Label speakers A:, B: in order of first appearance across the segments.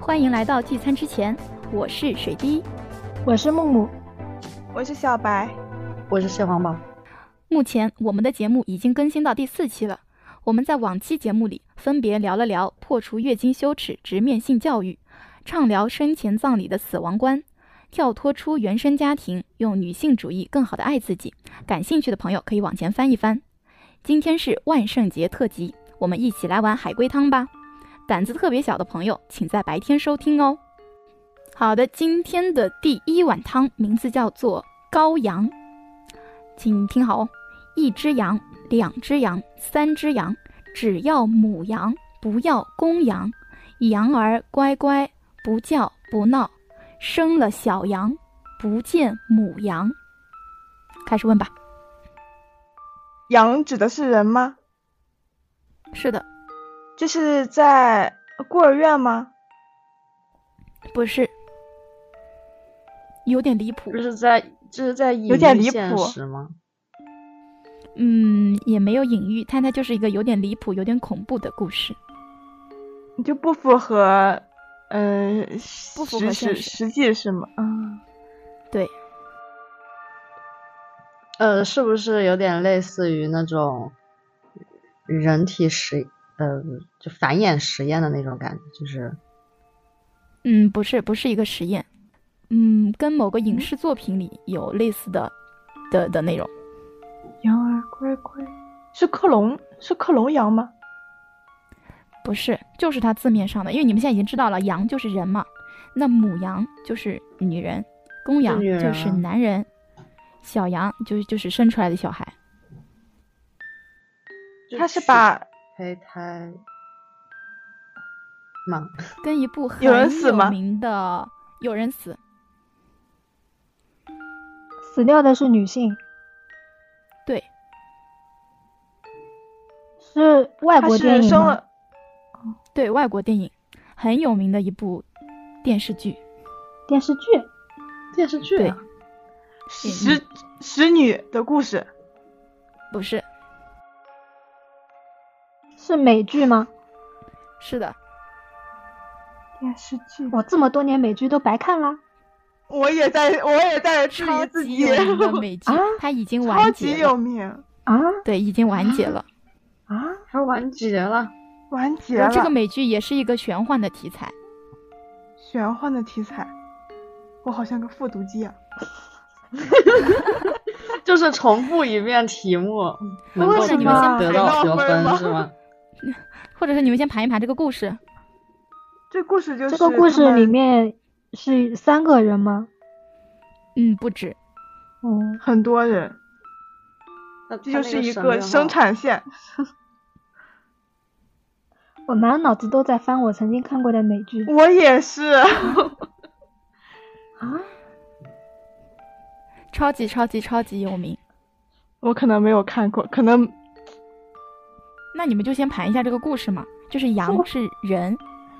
A: 欢迎来到聚餐之前，我是水滴，
B: 我是木木，
C: 我是小白，
D: 我是蟹黄宝。
A: 目前我们的节目已经更新到第四期了。我们在往期节目里分别聊了聊破除月经羞耻、直面性教育，畅聊生前葬礼的死亡观，跳脱出原生家庭，用女性主义更好的爱自己。感兴趣的朋友可以往前翻一翻。今天是万圣节特辑，我们一起来玩海龟汤吧。胆子特别小的朋友，请在白天收听哦。好的，今天的第一碗汤名字叫做羔羊，请听好哦。一只羊，两只羊，三只羊，只要母羊，不要公羊。羊儿乖乖，不叫不闹。生了小羊，不见母羊。开始问吧。
C: 羊指的是人吗？
A: 是的，
C: 这是在孤儿院吗？
A: 不是，有点离谱。
D: 这是在这是在
C: 有点离谱
D: 吗？
A: 嗯，也没有隐喻，但它就是一个有点离谱、有点恐怖的故事。
C: 你就不符合，嗯、呃，
A: 不符合
C: 实
A: 现
C: 实
A: 实。
C: 实际是吗？嗯，
A: 对，
D: 呃，是不是有点类似于那种人体实呃就繁衍实验的那种感觉？就是
A: 嗯，不是，不是一个实验，嗯，跟某个影视作品里有类似的的的内容。
C: 羊儿乖乖，是克隆，是克隆羊吗？
A: 不是，就是它字面上的，因为你们现在已经知道了，羊就是人嘛，那母羊就是女人，公羊
D: 女人
A: 就是
D: 啊
A: 男人，小羊就是就是生出来的小孩。
C: 他是把
D: 胚胎吗？
A: 跟一部很
C: 有人死吗
A: 有名的有人死，
B: 死掉的是女性，
A: 对，
B: 是外
C: 他
B: 国电
C: 是
B: 影
C: 生
B: 吗？
C: 了
A: 对外国电影很有名的一部电视剧，
B: 电视剧
D: 电视剧、啊、
C: 使使女的故事，
A: 不是，
B: 是美剧吗？
A: 是的，
C: 电视剧
B: 我这么多年美剧都白看啦。
C: 我也在，我也在质
A: 超
C: 疑自
A: 级
C: 己，
A: 有名的 美剧
B: 啊，
A: 它已经
C: 超
A: 完
C: 级
A: 结
C: 有
A: 了，
C: 名，
B: 啊
A: 对，已经完结了。
B: 啊！
D: 还完结了，
C: 完结
A: 然
C: 了。
A: 后这个美剧也是一个玄幻的题材，
C: 玄幻的题材，我好像个复读机啊。
D: 就是重复一遍题目，能
B: 为
D: 够
B: 什
D: 得
B: 么
D: 得
C: 还
D: 到得
C: 闹分
D: 分
C: 吗
D: 是吗？
A: 或者是你们先盘一盘这个故事，
C: 这故事就是
B: 这个故
C: 他
B: 事
C: 们
B: 里面是三个人吗？
A: 嗯，不止，
B: 嗯，
C: 很多人，
D: 那
C: 这
D: 他那
C: 就是一
D: 省
C: 个
D: 略号
C: 生产线。
B: 我满脑子都在翻我曾经看过的美剧
C: 我也是，
B: 啊。
A: 超级超级超级有名。
C: 我可能没有看过，可能
A: 那你们就先盘一下这个故事嘛，就是羊
B: 我
A: 是人，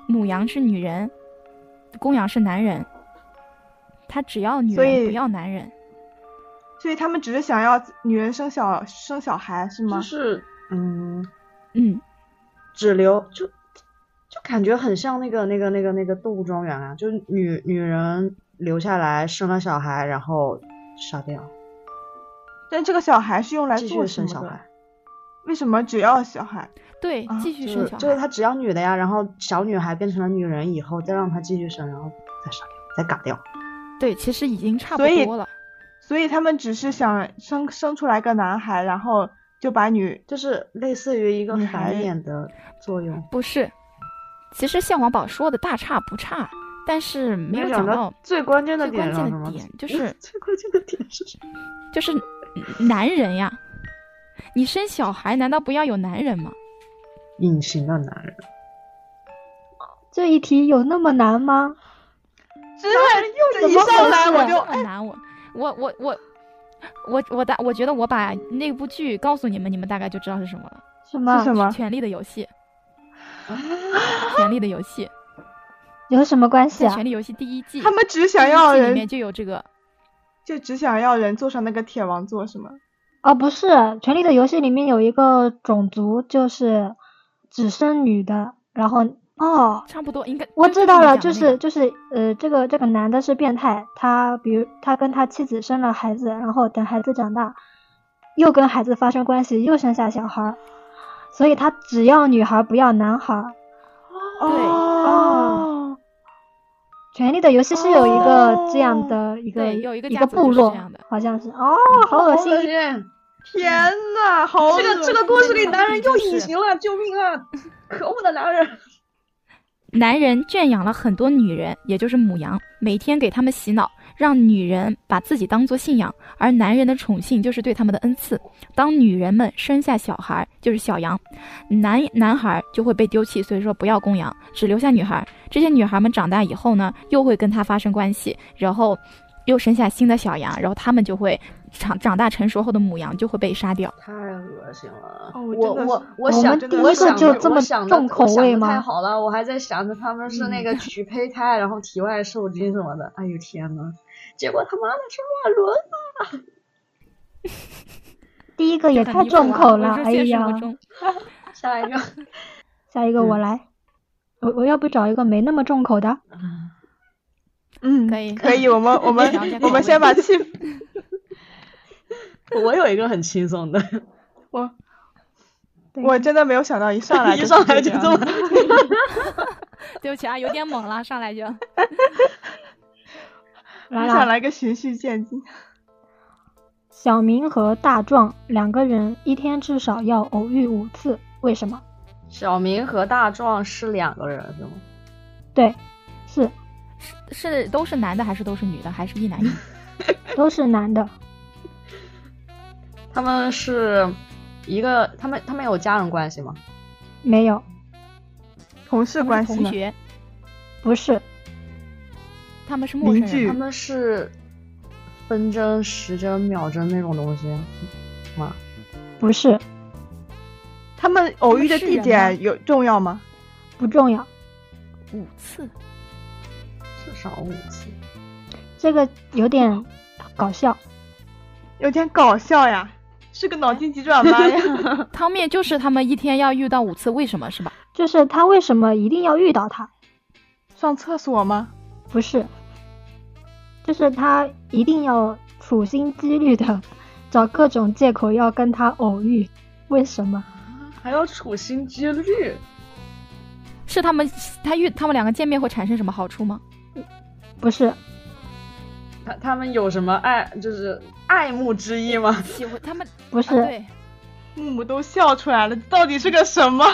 A: 母羊是女人，公羊是男人，他只要女
C: 所
A: 人
C: 以
A: 不要男人，
C: 所以他们只是想要女人生小生小孩是吗
D: 就？是嗯，
A: 嗯，
D: 只留就就感觉很像那个那个那个那个动物庄园啊，就女女人留下来生了小孩，然后杀掉，
C: 但这个小孩是用来
D: 继
C: 做
D: 续
C: 什
D: 生
C: 么
D: 小
C: 的？
D: 孩。
C: 为什么只要小孩？
A: 对，
C: 啊
A: 继续
D: 就
A: 生
D: 是
A: 小孩，
D: 就是她只要女的呀，然后小女孩变成了女人以后，再让她继续生，然后再杀掉，再嘎掉。
A: 对，其实已经差不
C: 所以
A: 多了，
C: 所以他们只是想生生出来个男孩，然后就把女
D: 就是类似于一个
C: 女
D: 繁
C: 孩
D: 衍的作用，
A: 不是。其实蟹黄宝说的大差不差，但是没有
D: 讲
A: 讲到
D: 最关键的
A: 最关
D: 点
A: 键的
D: 上什么？
A: 点就是
D: 最关键的点是什么？
A: 就是男人呀，你生小孩难道不要有男人吗？
D: 隐形的男人，
B: 这一题有那么难吗？
C: 真的
B: 怎
C: 一
B: 么回
C: 上来
B: 事
C: 我就
A: 很难，我我我我我我大我觉得我把那部剧告诉你们，你们大概就知道是什么了，
B: 什么
C: 是什么
A: 《权力的游戏》《权力的游戏》
B: 有什么关系
A: 在《
B: 啊
A: 权？力游戏》第一季，
C: 他们只想
A: 第一
C: 要
A: 季里面
C: 人，
A: 就有这个，
C: 就只想要人坐上那个铁王座是吗？
B: 哦，不是，《权力的游戏》里面有一个种族就是只生女的，然后哦，
A: 差不多应该
B: 我知道了，
A: 就
B: 就是
A: 你讲的那
B: 是
A: 个
B: 就是呃，这个这个男的是变态，他比如他跟他妻子生了孩子，然后等孩子长大，又跟孩子发生关系，又生下小孩儿，所以他只要女孩儿不要男孩儿。
A: 对
C: 哦，
B: 《权力的游戏》是有一个这样
C: 哦
B: 的一个
A: 对有一个
B: 一
A: 家
B: 个
A: 族就
B: 部
A: 是这
B: 落
A: 样的，
B: 好像是哦，好恶心。
C: 天呐，好
D: 这
C: 恶
D: 个这个
C: 心
D: 故事里，
C: 啊
D: 男人又
A: 就是
D: 隐形了，救 命啊！可恶的男人！
A: 男人圈养了很多女人，也就是母羊，每天给他们洗脑，让女人把自己当做信仰，而男人的宠幸就是对他们的恩赐。当女人们生下小孩，就是小羊，男男孩就会被丢弃，所以说不要供养，只留下女孩。这些女孩们长大以后呢，又会跟他发生关系，然后又生下新的小羊，然后他们就会长长大成熟后的母羊就会被杀掉。
D: 太恶心了！
C: 哦
D: 我
C: 真的
D: 我
C: 是
D: 我
B: 我
D: 想
B: 们
D: 着
B: 第
D: 我
B: 一个
D: 想
B: 就
D: 着
B: 这
D: 我
B: 么
D: 想着
B: 重
D: 我
B: 口
D: 想
B: 味
D: 得太
B: 吗
D: 好了，我还在想着他们是那个取胚胎，然后体外受精什么的。哎呦天呐，结果他妈的是乱伦！
B: 第一个也
A: 这
B: 哎太
A: 很离谱啊
B: 重口了，
A: 我说
B: 哎
A: 现实
B: 呀
A: 生活！中
D: 下一个，
B: 下一个我
D: 嗯
B: 来，我我要不找一个没那么重口的？嗯，
A: 可以
C: 可以， 我们我们
A: 了解
C: 我们先 把气，
D: 我有一个很轻松的，
C: 我
B: 对
C: 我真的没有想 到一上来
D: 一上来就
C: 样
D: 这么，
A: 对不起啊，有点猛了，上来就。
B: 来
C: 一上
B: 啦！
C: 来个循序渐进。
B: 小明和大壮两个人一天至少要偶遇五次，为什么？
D: 小明和大壮是两个人是吗？
B: 对，是
A: 是都是男的还是都是女的，还是一 男一女？
B: 都是男的，
D: 他们是一个，他们他们有家人关系吗？
B: 没有，
C: 同事
A: 他们
C: 关
A: 是
C: 系
A: 同
C: 呢？
A: 学，
B: 不是，
A: 他们是陌生
C: 邻居
A: 人吗，
D: 他们是分针、时针、秒针那种东西吗？
B: 不是，
C: 他们偶遇的地
A: 他们
C: 点有重要吗？
B: 不重要。
A: 五次，
D: 至少五次。
B: 这个有点搞笑，
C: 有点搞笑呀，是个脑筋急转弯呀。
A: 汤面就是他们一天要遇到五次，为什么是吧？
B: 就是他为什么一定要遇到他？
C: 上厕所吗？
B: 不是，就是他一定要处心积虑的 找各种借口要跟他偶遇，为什么？
D: 还要处心积虑，
A: 是他们他遇他们两个见面会产生什么好处吗？
B: 不是，
D: 他他们有什么爱，就是爱慕之意吗？
A: 喜欢他们
B: 不
A: 啊
B: 是，
A: 对，
C: 木木都笑出来了，到底是个什么？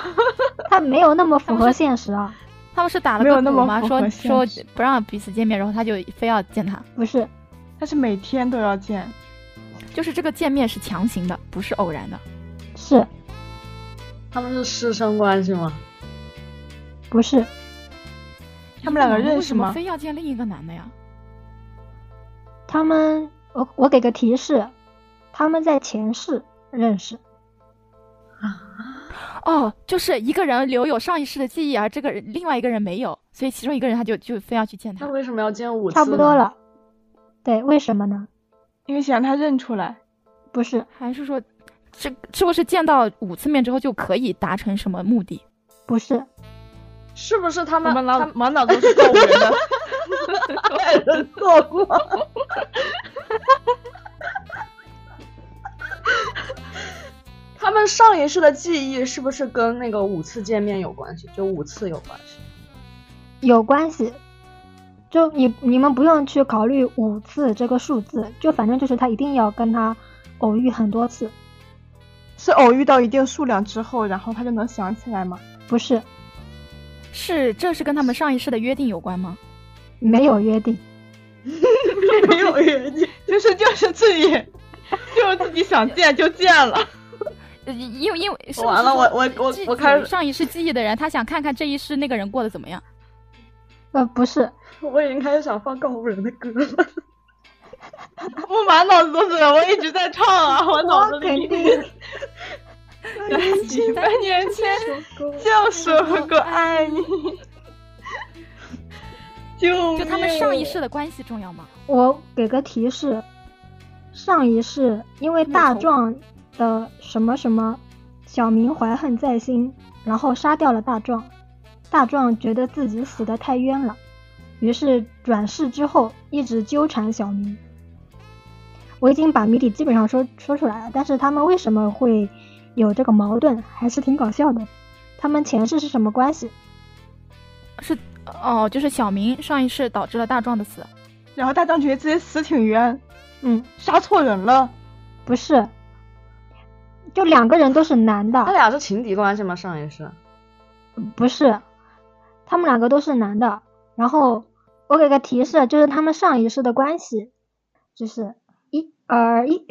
B: 他没有那么符合现实啊，
A: 他们是打了
C: 没有
A: 个
C: 那
A: 赌
C: 么
A: 吗？
C: 符
A: 说
C: 合
A: 说
C: 现实
A: 不让彼此见面，然后他就非要见他，
B: 不是，
C: 他是每天都要见，
A: 就是这个见面是强行的，不是偶然的。
B: 是
D: 他们是师生关系吗？
B: 不是？
C: 他们两个
A: 一男的
C: 认
A: 为
C: 识
A: 什么
C: 吗
A: 非要见另一个男的呀？
B: 他们，我我给个提示，他们在前世认识，
A: 哦，就是一个人留有上一世的记忆，而这个人另外一个人没有，所以其中一个人他就就非要去见
D: 他
A: 他。
D: 为什么要见五次？
B: 差不多。了。对，为什么呢？
C: 因为想让他认出来。
B: 不是，
A: 还是说，这是不是见到五次面之后就可以达成什么目的？
B: 不是，
D: 是不是他
C: 我
D: 们
C: 们
D: 他
C: 脑
D: 们
C: 满脑都是动人 的，
D: 外人做过？他们上一世的记忆是不是跟那个五次见面有关系？就五次有关系？
B: 有关系。就你你们不用去考虑五次这个数字，就反正就是他一定要跟他偶遇很多次，
C: 是偶遇到一定数量之后，然后他就能想起来吗？
B: 不是
A: 是，这是跟他们上一世的约定有关吗？
B: 没有约定，
D: 没 有原因。
C: 哎就是就是自己，就是自己想见就见了。
A: 呃因因为是不
D: 完
A: 是
D: 了
A: 说
D: 我我我
A: 记
D: 我开
A: 有
D: 始
A: 上一世记忆的人，他想看看这一世那个人过得怎么样。
B: 呃，不是，
D: 我已经开始想放告五人的歌了。
C: 我满脑子都是，我一直在唱啊，我脑子里。 想起半年前就说过爱你，救
A: 就他们上一世的关系重要吗？
B: 我给个提示，上一世因为大壮的什么什么，小明怀恨在心，然后杀掉了大壮，大壮觉得自己死得太冤了，于是转世之后一直纠缠小明。我已经把谜底基本上说说出来了，但是他们为什么会有这个矛盾，还是挺搞笑的。他们前世是什么关系？
A: 哦，就是小明上一世导致了大壮的死。
C: 然后大壮觉得自己死挺冤，
B: 嗯，
C: 杀错人了。
B: 不是，就两个人都是男的。
D: 他俩是情敌关系吗？上一世
B: 不是，他们两个都是男的。然后我给个提示，就是他们上一世的关系，就是一二一，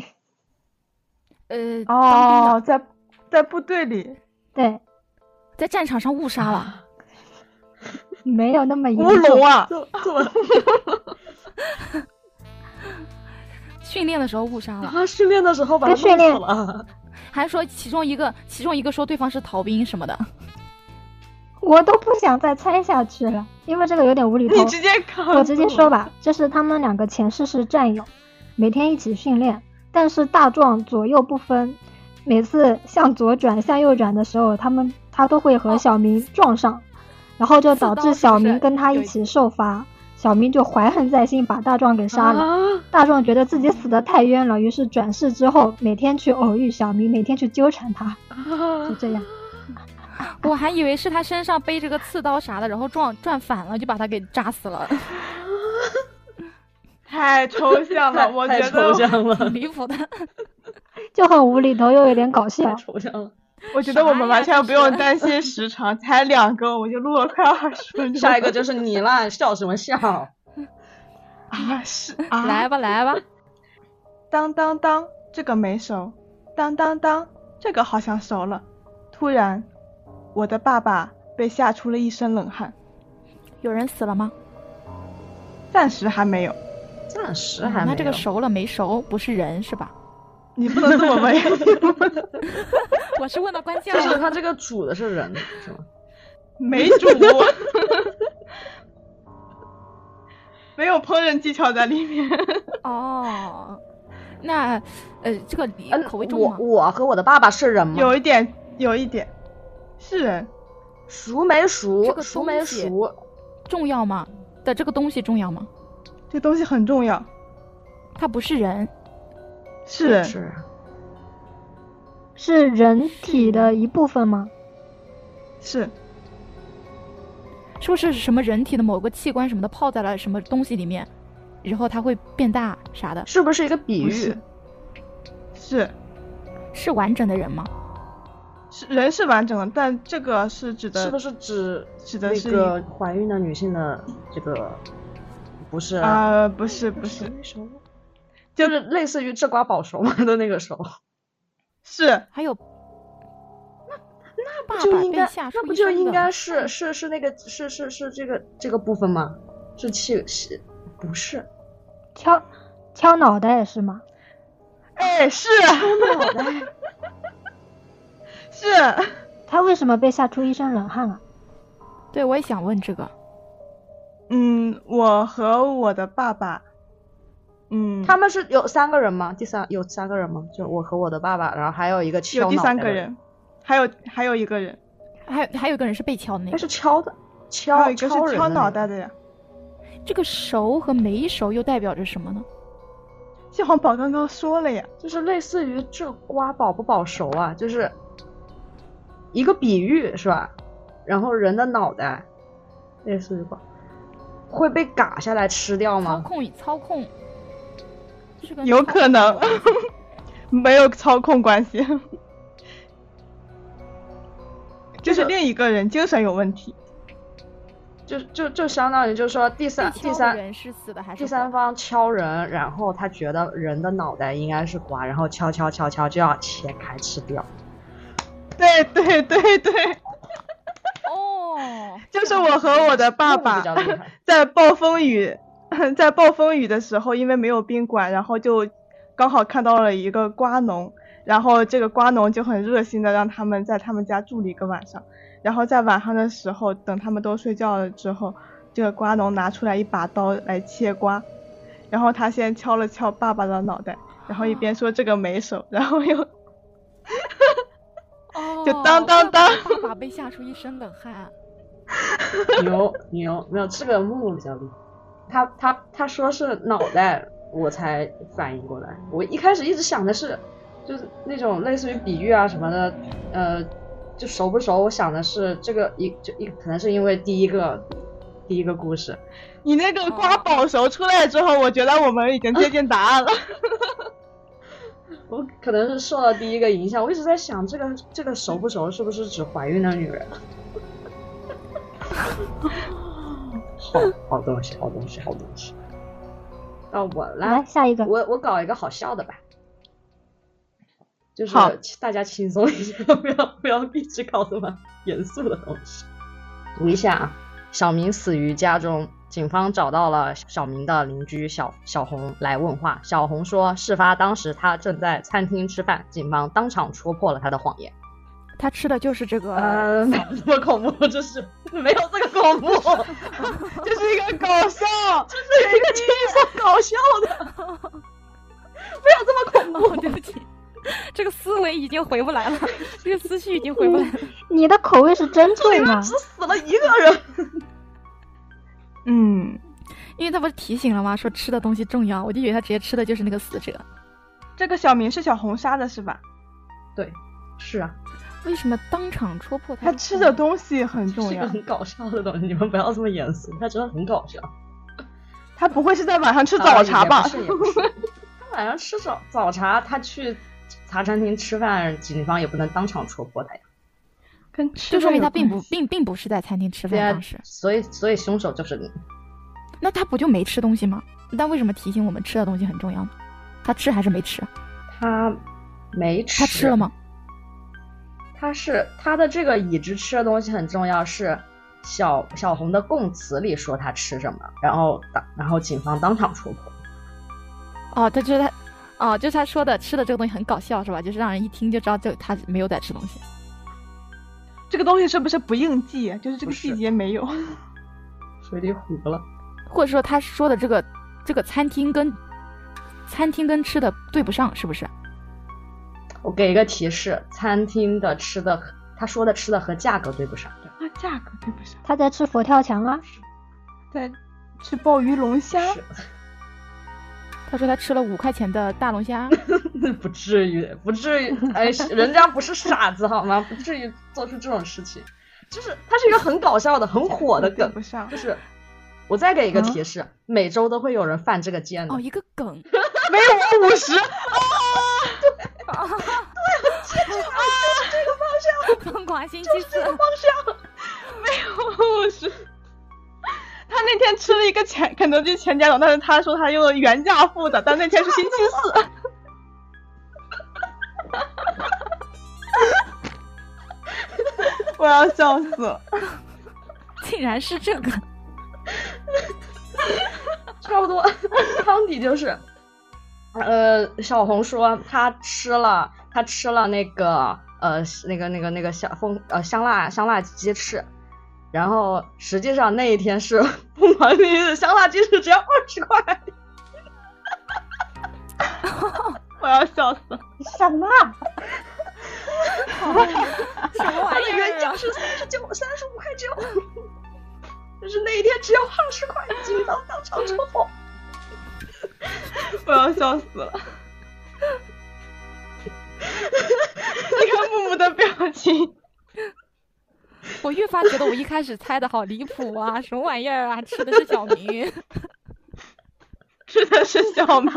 A: 呃，当兵的
C: 哦，在在部队里
B: 对，
A: 在战场上误杀
D: 啊
A: 了。
B: 没有那么严
C: 乌龙
B: 重。
C: 啊，
A: 训练的时候误杀了，
D: 啊，训练的时候把他
B: 跟
D: 弄
B: 训
D: 死
B: 练
D: 了，
A: 还说其中一个，其中一个说对方是逃兵什么的。
B: 我都不想再猜下去了，因为这个有点无厘头。
C: 你直接
D: 啊
C: 看，
B: 我直接说，吧，就是他们两个前世是战友，每天一起训练，但是大壮左右不分，每次向左转向右转的时候，他们他都会和小明撞上，然后就导
A: 刺刀
B: 致
A: 是不
B: 小
A: 是
B: 明跟他一起受罚，小明就怀恨在心，把大壮给杀了。
D: 啊
B: 大壮觉得自己死得太冤了，于是转世之后每天去偶遇小明，每天去纠缠他， 就这样。
A: 我还以为是他身上背着个刺刀啥的，然后撞转反了，就把他给扎死了，
C: 太抽象了，我觉
D: 太抽
C: 得，
D: 象了，
A: 挺 离谱的。
B: 就很无厘头又有点搞笑
D: 太。抽象 了。
C: 我觉得我们完全不
A: 啥呀这
C: 用
A: 是
C: 担心时长，才两个我就录了快二十分钟。
D: 下一个就是你啦，笑什么笑？
C: 啊是啊，
A: 来吧，来吧，
C: 当当当，这个没熟，当当当，这个好像熟了。突然，我的爸爸被吓出了一身冷汗，
A: 有人死了吗？
C: 暂时还没有。
D: 暂时
A: 嗯
D: 还没
A: 那
D: 有。
A: 这个熟了没熟不是人是吧？
C: 你不能这么问，
A: 我是问到关键
D: 就
A: 了。
D: 是他这个煮的是人，是吗？
C: 没煮，没有烹饪技巧在里面。
D: 嗯
A: 哦，那呃，这个梨
D: 嗯
A: 口味重
D: 我
A: 吗？
D: 我和我的爸爸是人吗？
C: 有一点，有一点，是人，
D: 熟没熟？
A: 这个
D: 熟没
A: 东西
D: 熟？
A: 重要吗？的这个东西重要吗？
C: 这东西很重要，
A: 它不是人，
C: 是人，
D: 是
B: 是人体的一部分吗？
C: 是
A: 是不是什么人体的某个器官什么的泡在了什么东西里面，然后它会变大啥的？
D: 是不是一个比
C: 不
D: 喻
C: 是？？是
A: 是完整的人吗？
C: 是人是完整的，但这个是指的，
D: 是不是指
C: 指的
D: 那
C: 是一
D: 个怀孕的女性的这个？不是
C: 啊、不是不
D: 熟
C: 是，
D: 没熟？就是类似于这瓜保熟吗的那个熟，
C: 是
A: 还有，那爸
D: 就
A: 爸
D: 应
A: 被
D: 该
A: 吓出
D: 那不
A: 一
D: 就
A: 身
D: 应
A: 冷
D: 该是是是那个是是是这个这个部分吗？是气是不是？
C: 嗯
B: 敲敲脑袋是吗？
C: 哎 是
D: 脑袋
C: 是
B: 他为什么被吓出一身冷汗啊？
A: 对，我也想问这个。
C: 嗯，我和我的爸爸，嗯，
D: 他们是有三个人吗？第三有三个人吗？就我和我的爸爸，然后还有一个敲
C: 有第
D: 脑袋
C: 三个
D: 的，
C: 人，还有还有一个人，
A: 还有还有一个人是被敲的那
D: 那
A: 个，
D: 是敲的，
C: 还有
D: 敲
C: 一个
D: 敲
C: 是
D: 人
C: 敲
D: 的那
C: 脑
D: 个
C: 袋的呀。
A: 这个熟和没熟又代表着什么呢？
C: 蟹黄宝刚刚说了呀，
D: 就是类似于这瓜保不保熟啊，就是一个比喻是吧？然后人的脑袋，类似于吧，会被嘎下来吃掉
A: 操
D: 吗？
A: 控与操控，是跟
C: 有
A: 操控
C: 可能 没有操控关 系，就是另一个人精神有问题，
D: 就就就相当于就是说第
A: 被
D: 三第
A: 敲的
D: 三
A: 人是死的还是
D: 第
A: 活
D: 三
A: 的
D: 方敲人，然后他觉得人的脑袋应该是瓜，然后敲敲敲敲就要切开吃掉。
C: 对对对对，
A: 哦，
C: 就是我和我的爸
D: 动物
C: 爸
D: 比较厉害
C: 在暴风雨， 在暴风雨的时候，因为没有宾馆，然后就刚好看到了一个瓜农，然后这个瓜农就很热心的让他们在他们家住了一个晚上，然后在晚上的时候，等他们都睡觉了之后，这个瓜农拿出来一把刀来切瓜，然后他先敲了敲爸爸的脑袋，然后一边说这个没手，然后又
A: 哦，
C: 就当当当
A: 怪不得爸爸被吓出一身冷汗。
D: 牛牛，没有这个木木比较厉害。他他他说是脑袋，我才反应过来。我一开始一直想的是，就是那种类似于比喻啊什么的，呃，就熟不熟？我想的是这个一就一可能是因为第一个第一个故事，
C: 你那个瓜保熟出来之后，我觉得我们已经接近答案了。
D: 我可能是受到第一个影响。我一直在想这个这个熟不熟，是不是指怀孕的女人？ 好好东西，好东西，好东西。到我
B: 来
D: 了，
B: 下一个，
D: 我我搞一个好笑的吧，就是
C: 好
D: 大家轻松一下， 不要不要一直搞这么严肃的东西。读一下啊，小明死于家中，警方找到了小明的邻居小小红来问话。小红说，事发当时他正在餐厅吃饭，警方当场戳破了他的谎言。
E: 他吃的就是这个。
D: 呃，没有这么恐怖，就是没有这个恐怖，
C: 这是一个搞笑，
D: 这是一个轻松搞笑的，没有这么恐怖。
E: 哦，对不起，这个思维已经回不来了，这个思绪已经回不来了。
B: 你的口味是真
D: 对
B: 脆吗？
D: 只死了一个人。
C: 嗯，
A: 因为他不是提醒了吗？说吃的东西重要，我就以为他直接吃的就是那个死者。
C: 这个小明是小红杀的是吧？
D: 对，是啊，
A: 为什么当场戳破他
C: 他
A: 的谎言？
C: 吃的东西很
D: 这
C: 重
D: 是一个
C: 要，
D: 很搞笑的东西，你们不要这么严肃，他真的很搞笑。
C: 他不会是在晚上吃早茶吧
D: 啊？也不是，也不是他晚上吃早早茶，他去茶餐厅吃饭，警方也不能当场戳破他呀。
C: 跟吃
A: 就说
C: 的
A: 明
C: 有
A: 他并
C: 关
A: 不并并不是在餐厅吃
D: 对
A: 饭
D: 啊
A: 当时，，
D: 所以所以凶手就是你。
A: 那他不就没吃东西吗？但为什么提醒我们吃的东西很重要呢？他吃还是没吃？
D: 他没吃，
A: 他吃了？吗？
D: 他是他的这个已知吃的东西很重要，是小小红的供词里说他吃什么，然后当然后警方当场戳破。
A: 哦，他就是他，哦，就是他说的吃的这个东西很搞笑是吧？就是让人一听就知道这他没有在吃东西。
C: 这个东西是不是不应季？就是这
D: 不
C: 个
D: 是
C: 季节没有。
D: 水里糊了。
A: 或者说他说的这个这个餐厅跟餐厅跟吃的对不上，是不是？
D: 我给一个提示，餐厅的吃的，他说的吃的和价格对不上。
C: 啊，价格对不上，
B: 他在吃佛跳墙啊，
C: 在吃鲍鱼龙虾，
A: 他说他吃了五块钱的大龙虾，
D: 是， 不至于，不至于，哎，人家不是傻子好吗？不至于做出这种事情。就是它是一个很搞笑的、很火的
C: 对
D: 梗
C: 不，上
D: 就。是。我再给一
C: 嗯
D: 个提示，每周都会有人犯这个贱的。
A: 哦，一个梗，
C: 没有我五十，
E: 疯狂星期四，
C: 五十。他那天吃了一个前肯德基全家桶，但是他说他用了原价付的，但那天是星 期四。我要笑死了！
E: 竟然是 这个。
D: 差不多，汤底就是，呃，小红说她吃了，她吃了那个呃那个那个那个香风呃香辣香辣鸡翅，然后实际上那一天是 疯狂的日，香辣鸡翅只要二十块，
C: 我要笑死了！
B: 什么？
E: 什么
D: 它
E: 玩
D: 的
E: 意
D: 原
E: 儿
D: 价
E: 啊？
D: 是三十九三十五块九，但是那一天只要二十块，警方当场戳破。
C: 我要笑死 了！你看木木的表情，
E: 我越发觉得我一开始猜的好离谱啊！什么玩意儿啊？吃的是小明，
C: 吃的是小明，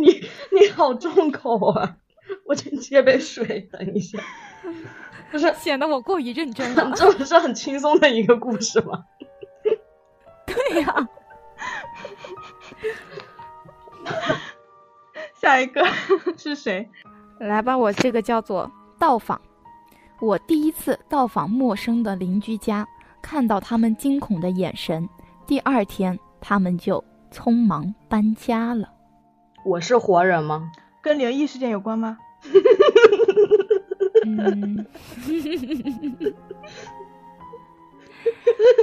D: 你你好重口啊！我去接杯水，等一下。不是，
E: 显得我过于认真了。
D: 这不是很轻松的一个故事吗？
E: 对呀、
C: 下一 个是谁？
A: 来吧，我这个叫做到访。我第一次到访陌生的邻居家，看到他们惊恐的眼神，第二天他们就匆忙搬家了。
D: 我是活人吗？
C: 跟灵异事件有关吗？
A: 嗯，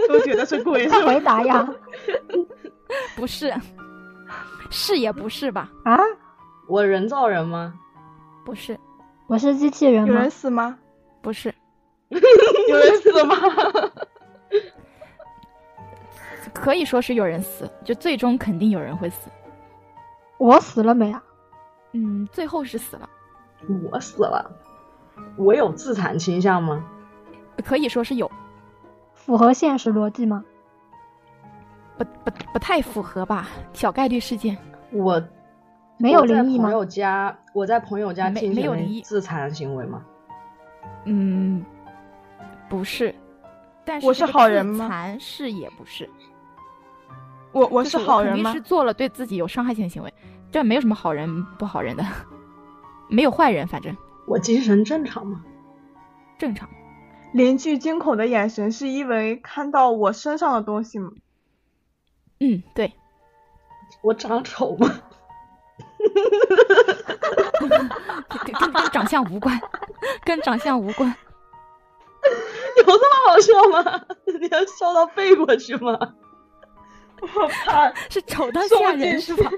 C: 都觉得是鬼，
B: 快回答呀！
E: 不是，
A: 是也不是吧？
B: 啊，
D: 我人造人吗？
A: 不是，
B: 我是机器人
C: 有
B: 吗
C: 人？死吗？
A: 不是，
C: 有人死吗？
A: 可以说是有人死，就最终肯定有人会死。
B: 我死了没啊？
A: 嗯，最后是死了，
D: 我死了，我有自残倾向吗？
A: 可以说是有，
B: 符合现实逻辑吗？
A: 不不不太符合吧，小概率事件。
D: 我
B: 没有
D: 我在
B: 灵异
D: 朋
B: 吗？
D: 友家，我在朋友家
A: 没
D: 进
A: 没有
D: 行了
A: 灵异
D: 自残行为吗？
A: 嗯，不是，但是
C: 我
A: 这
C: 是
A: 个
C: 好
A: 自
C: 人吗
A: 残是也不是，
C: 我我
A: 就是
C: 好
A: 肯
C: 人
A: 定
C: 吗
A: 是？做了对自己有伤害性的行为，这没有什么好人不好人的，没有坏人，反正
D: 我精神正常吗？
A: 正常。
C: 邻居惊恐的眼神是因为看到我身上的东西吗？
A: 嗯，对，
D: 我长丑吗？
A: 跟跟跟长相无关， 跟长相无关。
D: 有这么好笑吗？ 你要笑到背过去吗？
C: 我怕
A: 是丑到
C: 送
A: 吓
C: 进
A: 人
C: 去
A: 是吧？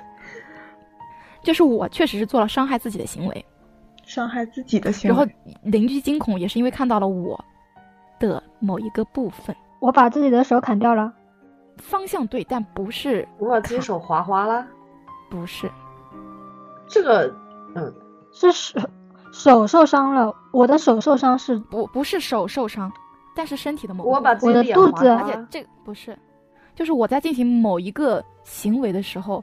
A: 就是我确实是做了伤害自己的行为，
C: 伤害自己的行
A: 然
C: 为
A: 后。邻居惊恐也是因为看到了我的某一个部分，
B: 我把自己的手砍掉了，
A: 方向对，但不是
D: 我把自己手划花了。
A: 不是
D: 嗯这个，嗯，
B: 是手手受伤了，我的手受伤是
A: 不不是手受伤，但是身体的啊某个
D: 我
A: 部
D: 把
A: 分
D: 自己
B: 我的
D: 脸
B: 肚
D: 划
B: 子
D: 花
A: 而且
D: 了
A: 这个不是，就是我在进行某一个行为的时候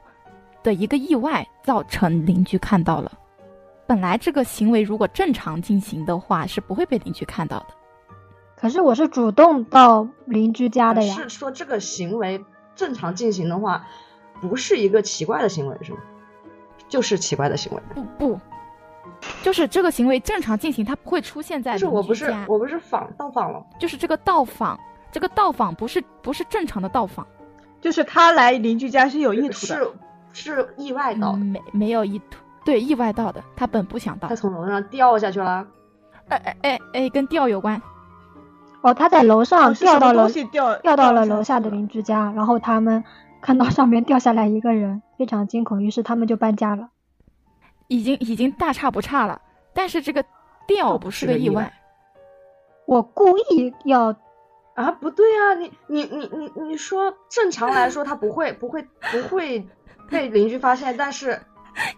A: 的一个意外，造成邻居看到了。本来这个行为如果正常进行的话，是不会被邻居看到的。
B: 可是我是主动到邻居家的呀，
D: 是说这个行为正常进行的话，不是一个奇怪的行为是吗？就是奇怪的行为，
A: 不不，就是这个行为正常进行，它不会出现在
D: 就是我
A: 邻
D: 不
A: 居
D: 是
A: 家。
D: 我不是仿到仿了，
A: 就是这个到访，这个到访不是不是正常的到访，
C: 就是他来邻居家是有意图的，
D: 是是意外到的，
A: 没没有意图，对意外到的，他本不想到
D: 他。从楼上掉下去了，
A: 哎哎哎哎，跟调有关。
B: 哦，他在楼上
C: 啊是什
B: 掉
C: 么
B: 到了
C: 东西掉
B: 掉到了
C: 下
B: 楼下
C: 去
B: 的
C: 了
B: 邻居家，然后他们看到上面掉下来一个人，非常惊恐，于是他们就搬家了。
A: 已经已经大差不差了，但是这个调
D: 这
A: 不
D: 不
A: 是
D: 哦
A: 个
D: 是个
A: 意
D: 意
A: 外
D: 外，
B: 我故意要
D: 啊，不对啊，你你你你你说正常来说他不会不会不会被邻居发现，但是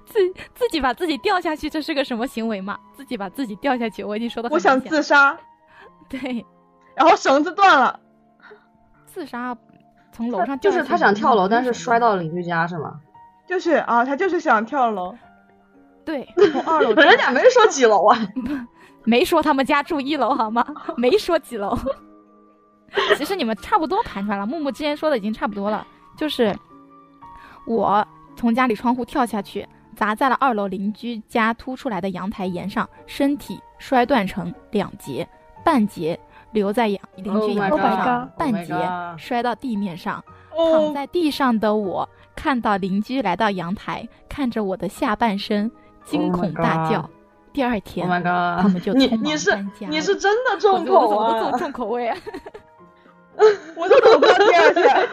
E: 自自己把自己掉下去，这是个什么行为嘛？自己把自己掉下去，我已经说的
C: 我想自杀，
E: 对
C: 然后绳子断了，
A: 自杀从楼
D: 他
A: 上掉
D: 就
A: 下
D: 是
A: 去
D: 他想跳楼，
A: 没
D: 但
A: 什么
D: 是摔到了邻居家是吗？
C: 就是啊，他就是想跳楼，
A: 对，
C: 从二 楼跳
D: 人家没说几楼 啊，
A: 没说他们家住一楼好吗？ 没说几楼。 其实你们差不多盘出来了，木木之前说的已经差不多了，就是我从家里窗户跳下去，砸在了二楼邻居家凸出来的阳台沿上，身体摔断成两截，半截留在阳邻居
D: Oh my
A: 阳台
B: god
A: 上
B: Oh，
A: 半
D: my
A: 截
D: god Oh.
A: 摔到地面上，躺
C: 哦，
A: 在地上的我看到邻居来到阳台，看着我的下半身，惊
D: Oh my
A: 恐大
D: god
A: 叫。第二天
D: Oh my god！
A: 他们就
D: 你
A: 匆忙
D: 你是
A: 搬家
D: 你
A: 了
D: 是真的
E: 我
D: 重
E: 怎么
D: 口
E: 怎么都
D: 啊
E: 重！重口味啊！
C: 我都走不到第二天。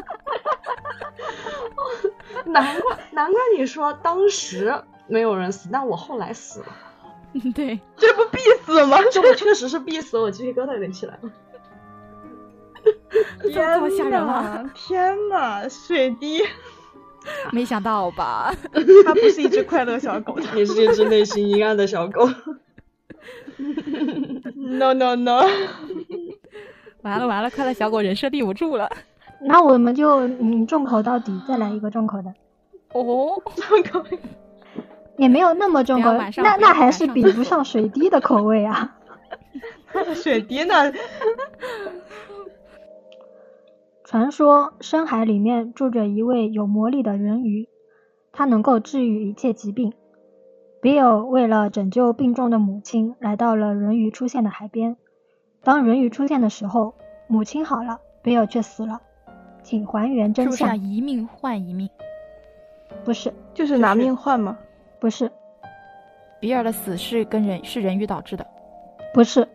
D: 难怪难怪你说当时没有人死，但我后来死了，
E: 对，
C: 这不必死吗？
D: 这个确实是必死，我鸡皮疙瘩有点起来了。
E: 也太吓人了，
C: 呐！ 天呐，水滴，
A: 没想到吧？
C: 它不是一只快乐小狗。
D: 你是一只内心阴暗的小狗，
C: No no no，
E: 完了完了，快乐小狗人设立不住了。
B: 那我们就嗯重口到底，再来一个重口的，
E: 哦，
B: 也没有那么重口，
E: 不要晚上
B: 那
E: 不要
B: 那还
E: 晚
B: 是
E: 上
B: 比不上水滴的口味啊。
C: 水滴呢？
B: 传说深海里面住着一位有魔力的人鱼，他能够治愈一切疾病。Bill 为了拯救病重的母亲，来到了人鱼出现的海边。当人鱼出现的时候，母亲好了，Bill 却死了。请还原
A: 是
B: 真
A: 不是要
B: 相。
A: 一命换一命？
B: 不是，
C: 就是拿命换吗？
B: 不是，
A: 比尔的死是跟人是人鱼导致的，
B: 不是，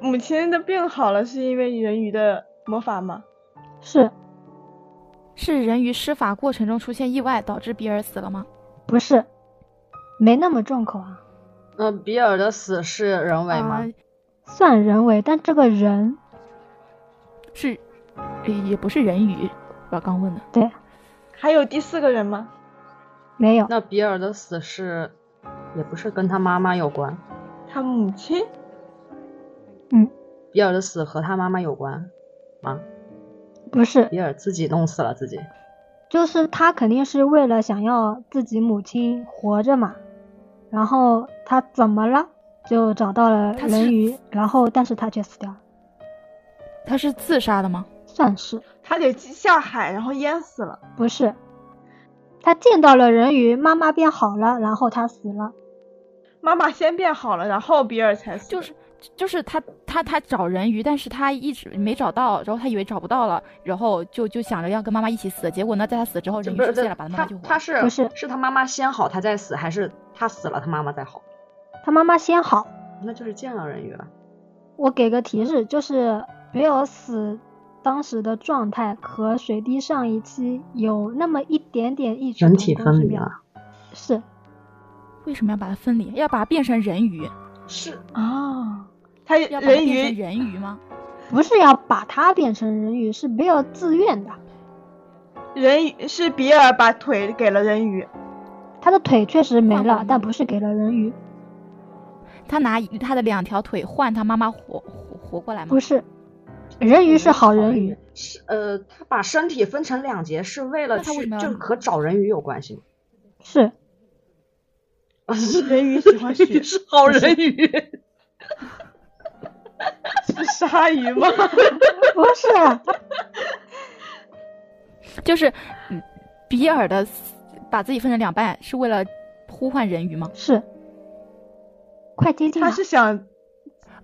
C: 母亲的病好了是因为人鱼的魔法吗？
B: 是
A: 是人鱼施法过程中出现意外导致比尔死了吗？
B: 不是？没那么重口啊。
D: 嗯、比尔的死是人为吗？
A: 啊
B: 算人为，但这个人
A: 是，呃也不是人鱼，我刚问的，
C: 还有第四个人吗？
B: 没有，
D: 那比尔的死是，也不是跟他妈妈有关，
C: 他母亲？
D: 比尔的死和他妈妈有关。
B: 不是，
D: 比尔自己弄死了自己，
B: 就是他肯定是为了想要自己母亲活着嘛，然后他怎么了？就找到了
A: 他
B: 人
A: 是
B: 鱼，然后但是他却死掉了，
A: 他是自杀的吗？
B: 算是
C: 他给下海，然后淹死了。
B: 不是？他见到了人鱼，妈妈变好了，然后他死了，
C: 妈妈先变好了，然后比尔才死。
A: 就是就是他他他找人鱼，但是他一直没找到，然后他以为找不到了，然后就就想着要跟妈妈一起死，结果呢，在他死之后，
D: 这
A: 人鱼
D: 不是
A: 出
D: 这
A: 现了，把他妈
D: 他
A: 妈救活
D: 他
A: 了。
D: 是
B: 不是
D: 是他妈妈先好他再死，还是他死了他妈妈再好？
B: 他妈妈先好。
D: 那就是见了人鱼了。
B: 我给个提示，就是比尔死当时的状态和水滴上一期有那么一点点异曲
D: 人体
B: 同工
D: 分
B: 之
D: 离
B: 妙。
D: 了，
B: 是
A: 为什么要把它分离？要把它变成人鱼？
D: 是
C: 啊，他
A: 要把它
C: 人
A: 变成
C: 鱼
A: 人鱼吗？
B: 不是要把它变成人鱼？是比尔自愿的，
C: 人鱼是比尔把腿给了人鱼，
B: 他的腿确实没
A: 换过
B: 了
A: 吗，
B: 但不是给了人鱼，
A: 他拿他的两条腿换他妈妈活活活过来吗
B: 不？是，人鱼是好人鱼，，
D: 是呃，他把身体分成两截是为了
A: 那他为
D: 去
A: 什么要
D: 就
A: 那么
D: 和找人鱼有关系吗？
B: 是
C: 人鱼喜欢雪，
D: 是好人鱼，
C: 是鲨鱼 吗？
B: 不是？啊
A: 就是嗯比尔的死把自己分成两半是为了呼唤人鱼吗？
B: 是，快接近啊
C: 他
B: 了，
C: 是想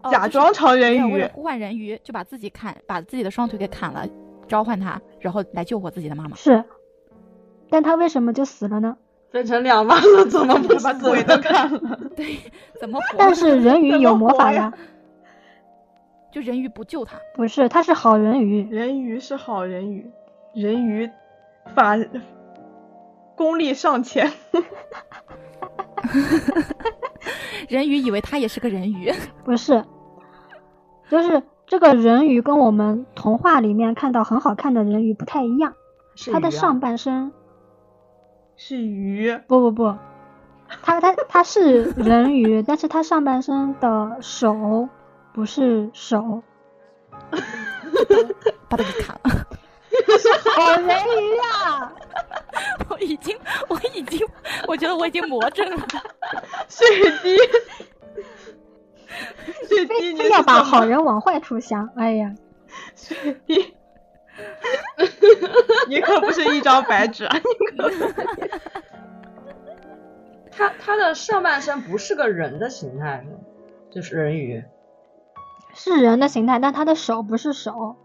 A: 哦
C: 假
A: 就是
C: 装成人
A: 对为
C: 鱼，
A: 了呼唤人鱼，就把自己砍，把自己的双腿给砍了，召唤他，然后来救活自己的妈妈。
B: 是，但他为什么就死了呢？
D: 分成两半了，怎 么不
C: 把
D: 死
C: 腿都砍了。
A: 对，怎么活？
B: 但是人鱼
C: 怎
B: 有
C: 么
B: 魔
C: 活
B: 法
C: 呀
B: 呀，
A: 就人鱼不救他，
B: 不是，他是好人 鱼，
C: 人鱼是好人鱼，人鱼法功力尚浅，
A: 人鱼以为他也是个人鱼。
B: 不是，就是这个人鱼跟我们童话里面看到很好看的人鱼不太一样，
D: 是
B: 他的
D: 鱼啊
B: 上半身
C: 是鱼。
B: 不不不，他他他是人鱼，但是他上半身的手不是手，
A: 把他给砍了，
B: 好人鱼啊！
A: 我已经，我已经，我觉得我已经魔怔了。
C: 水 滴，水滴，
B: 非
C: 你
B: 非要把好人往坏处想，哎呀，
C: 滴，你可不是一张白纸啊！
D: 他他的上半身不是个人的形态，是吗就是人
A: 哦
D: 鱼。
B: 是人的形态，但他的手不是手。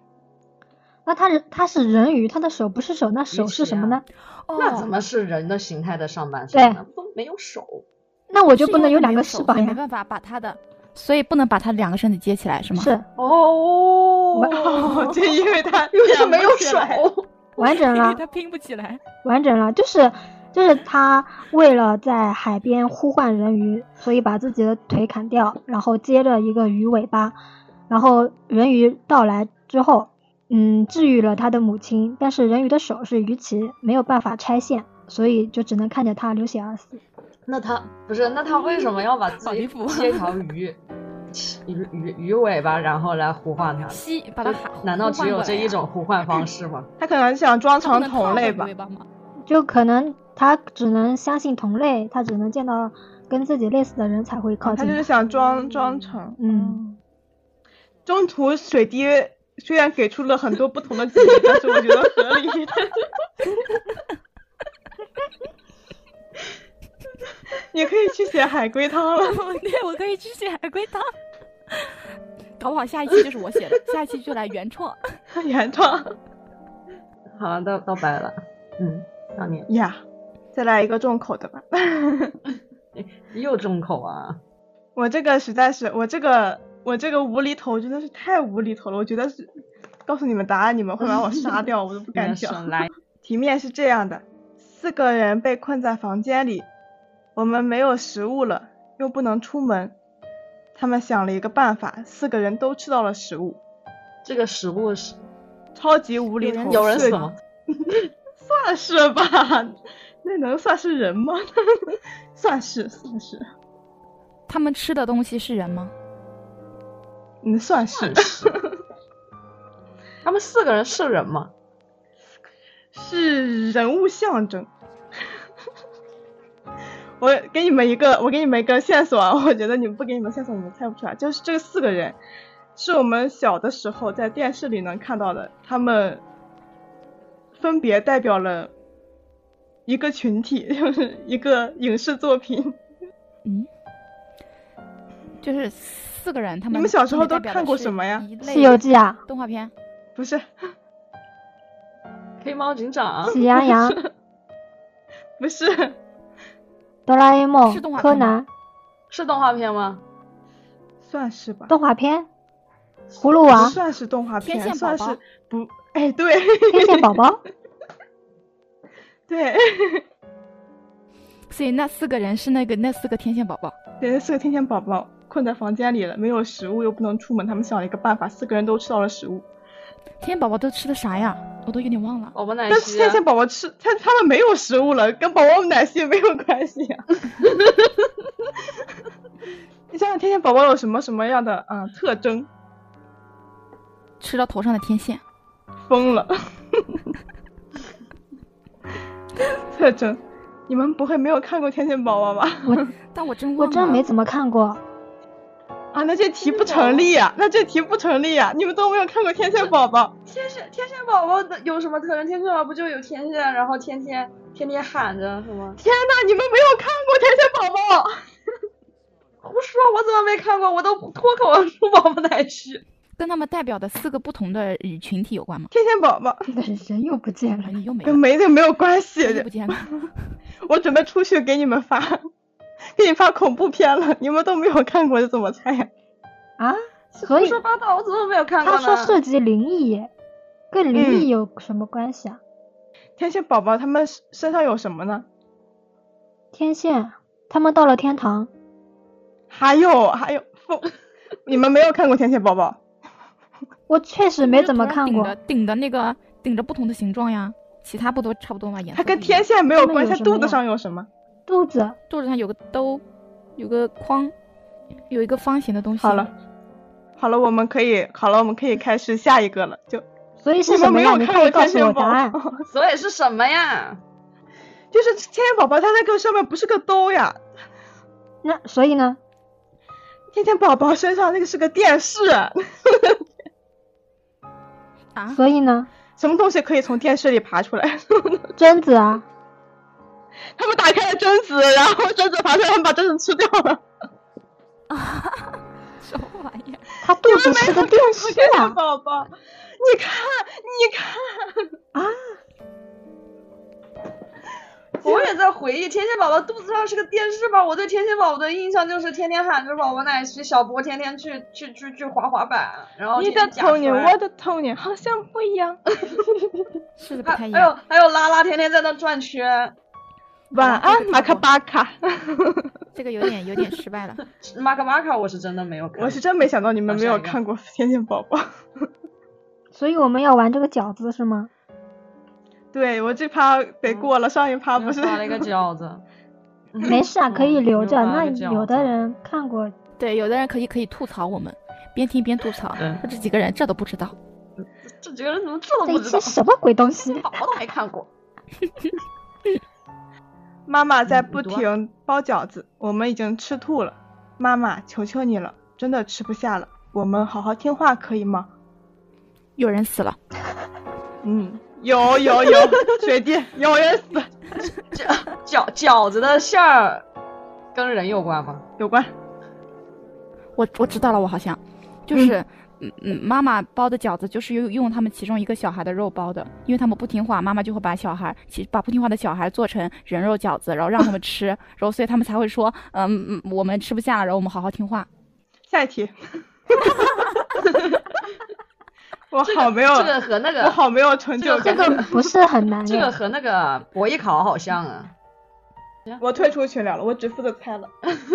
B: 那他人他是人鱼，他的手不是手，那手是什么呢？
A: 哦，
D: 那怎么是人的形态的上半身呢？都没有手，
B: 那我就不
A: 是因
B: 能
A: 为
B: 有
A: 他
B: 两
A: 没
B: 个
A: 手
B: 翅
A: 所
B: 膀
A: 以没
B: 呀？
A: 办法把他的，所以不能把他两个身体接起来，是吗？
B: 是
D: 哦
C: 哦，就因为他
D: 因为他没有手，
B: 完整
A: 因为
B: 了，
A: 他拼不起来。
B: 完整了，就是就是他为了在海边呼唤人鱼，所以把自己的腿砍掉，然后接着一个鱼尾巴，然后人鱼到来之后，嗯，治愈了他的母亲，但是人鱼的手是鱼鳍，没有办法拆线，所以就只能看着他流血而死。
D: 那他不是？那他为什么要把自
A: 好
D: 己
A: 离谱
D: 切条鱼， 鱼鱼鱼尾巴，然后来呼唤他？
A: 吸，把他喊。
D: 难道
A: 呼唤
D: 只有
A: 过来
D: 这
A: 呀
D: 一？种呼唤方式吗？
C: 他可能想装
A: 他不
C: 成
A: 能
C: 同
A: 套
C: 类
A: 回
C: 吧
A: 尾。巴吗？
B: 就可能他只能相信同类，他只能见到跟自己类似的人才会靠
A: 哦
C: 他
B: 近
C: 就是
B: 他。
C: 想装装成。
B: 嗯，
C: 中途水滴虽然给出了很多不同的解释， 但是我觉得合理。 你可以去写海龟汤了。
A: 对，我可以去写海龟汤。搞不好下一期就是我写 的，下一期就来原创。
C: 原创
D: 好了，到到白了，嗯，到你
C: 呀再来一个重口的吧。
D: 又重口啊！
C: 我这个实在是，我这个我这个无厘头真的是太无厘头了。我觉得是，告诉你们答案，你们会把我杀掉，我都 不敢
D: 那
C: 讲
D: 上。来，
C: 题面是这样的：四个人被困在房间里，我们没有食物了，又不能出门，他们想了一个办法，四个人都吃到了食物，
D: 这个食物是
C: 超级无厘头。
D: 有人死
C: 设计
D: 吗？
C: 算是吧， 那能算是人吗？ 算是算是，
A: 他们吃的东西是人吗？
C: 嗯，算是
D: 他们四个人是人吗？
C: 是人物象征。我给你们一个，我给你们一个线索啊！我觉得你们不给你们线索，你们猜不出来。就是这四个人，是我们小的时候在电视里能看到的，他们分别代表了一个群体， 就是一个影视作品。
A: 嗯，就是四个人，他
C: 你
A: 们
C: 们小时候
A: 分别代
C: 都
A: 表
C: 看
A: 的
C: 过
A: 是
C: 什么呀
A: 一类
B: 《西游
A: 的
B: 记》啊，
A: 动画片，
C: 不是，
D: 黑猫警长
B: 《喜 羊羊》《
C: 不是，
B: 哆啦 A 梦
A: 是动》
B: 《
A: 画
B: 柯
A: 片吗
B: 南》
D: 是动画片吗？
C: 算是吧。
B: 动画片，《葫芦娃
C: 不》 算是动画
A: 啊天
C: 片，
A: 线
C: 算
A: 宝宝
C: 是不，哎，对
B: 《天线宝宝》
C: 对，
A: 所以那四个人是那个那四个天线宝宝。
C: 人家四个天线宝宝困在房间里了，没有食物又不能出门，他们想了一个办法，四个人都吃到了食物，
A: 天线宝宝都吃的啥呀？我都有点忘了。
D: 宝宝奶
C: 但是
D: 昔啊
C: 天线宝宝吃，他他们没有食物了，跟宝宝奶昔没有关系啊。你想想天线宝宝有什么什么样的啊、特征？
A: 吃到头上的天线，
C: 疯了，特征，你们不会没有看过天线宝宝吧？
A: 但我真
B: 我
A: 忘了。
B: 真
C: 嗯
B: 没怎么看过。
C: 啊，那这题不成立啊！那这题不成立啊！你们都没有看过《天线宝宝
D: 天线天线宝宝的有什么特征？天线宝宝不就有天线，然后天天天天喊着什么》？？
C: 天哪，你们没有看过《天线宝宝》？
D: 胡说，我怎么没看过？我都脱口而出宝宝奶昔。
A: 跟他们代表的四个不同的呃群体有关吗？
C: 天线宝宝
B: 那个人又不见了
A: 哎，，你又没了
C: 跟，没这个没有关
A: 又
C: 系
A: 哎不。见 了。
C: 我准备出去给你们发， 给你发恐怖片了。你们都没有看过，这怎么猜呀、
B: 啊？所
D: 胡
B: 以
D: 说八道，我怎么没有看过
B: 他
D: 呢？
B: 说涉及灵异耶，跟灵
C: 嗯
B: 异有什么关系啊？
C: 天线宝宝他们身身上有什么呢？
B: 天线，他们到了天堂，
C: 还有还有疯，你们没有看过《天线宝宝》？
B: 我确实没怎么看
A: 顶着
B: 过。
A: 顶着那个顶着不同的形状呀，其他不都差不多吗？颜色
C: 它跟
A: 不一样
C: 天线没有
B: 他们
C: 关系，
B: 有
C: 它
B: 什
C: 肚
B: 么呀
C: 子上有什么？
B: 肚子
A: 肚子上有个兜，有个框，有一个方形的东西。
C: 好了，好了，我们可以好了，我们可以开始下一个了。就
B: 所以
C: 你
B: 是什
C: 们
B: 么
C: 没
B: 呀？
C: 有
B: 你
C: 看过
B: 快
C: 《
B: 点告
C: 天
B: 诉
C: 线
B: 我
C: 宝
B: 答案
C: 宝》。。
D: 所以是什么呀？
C: 就是天线宝宝，它那个上面不是个兜呀，
B: 那所以呢？
C: 天线宝宝身上那个是个电视，
A: 啊，
B: 所以呢？
C: 什么东西可以从电视里爬出来？
B: 贞子啊，
C: 他们打开了贞子，然后贞子爬出来，他们把贞子吃掉了。
A: 什么玩意儿？
B: 他肚子是个电视
C: 天线
B: 啊
C: 宝宝，你看，你看，
B: 啊！
D: 我也在回忆天线宝宝肚子上是个电视吧？我对天线宝宝的印象就是天天喊着宝宝奶昔，小博天天去去去去滑滑板，然后
C: 你
D: 天
C: 的
D: 天假
C: 童年，
D: 摔
C: 我的童年好像不一样。
A: 是的，不
C: 啊
D: 还
A: 太一
C: 哎
D: 还有
A: 样。
D: 还有拉拉天天在那转圈，
C: 晚安，马卡巴卡。
A: 这个有点有点失败了。
D: 马卡马卡我是真的没有看，
C: 我是真没想到你们没有
D: 好下一个
C: 看过天线宝宝。
B: 所以我们要玩这个饺子 是吗？
C: 对我这趴得过了，上一趴
D: 他
C: 不是
D: 发了一个饺子，
B: 没事啊，可以留着。
D: 嗯
B: 那
D: 就这样
B: 有的人看过，
A: 对，有的人可以可以吐槽我们，边听边吐槽。
D: 对
A: 说这几个人这都不知道，
D: 这几个人怎么这都
B: 这
D: 不
B: 一
D: 知道
B: 期？什么鬼东 西？
D: 宝宝都没看过，
C: 妈妈在
D: 嗯你
C: 不
D: 读啊
C: 停包饺子，我们已经吃吐了。妈妈，求求你了，真的吃不下了，我们好好听话可以吗？
A: 有人死了。
C: 嗯，有有有， 学弟有人死，
D: 饺饺子的馅儿跟人有关吗？
C: 有关。
A: 我我知道了，我好像就是，嗯嗯，妈妈包的饺子就是用用他们其中一个小孩的肉包的，因为他们不听话，妈妈就会把小孩其把不听话的小孩做成人肉饺子，然后让他们吃，然后所以他们才会说，嗯，嗯我们吃不下了，然后我们好好听话。
C: 下 一题，我好没有，
D: 这个和那
C: 我
D: 个
C: 好没有成就
D: 这
C: 感。
D: 个和
B: 不是很难啊
D: 这个
B: 耶。
D: 和那个博弈考好像啊，
C: 我退出群聊了，我只负责猜了。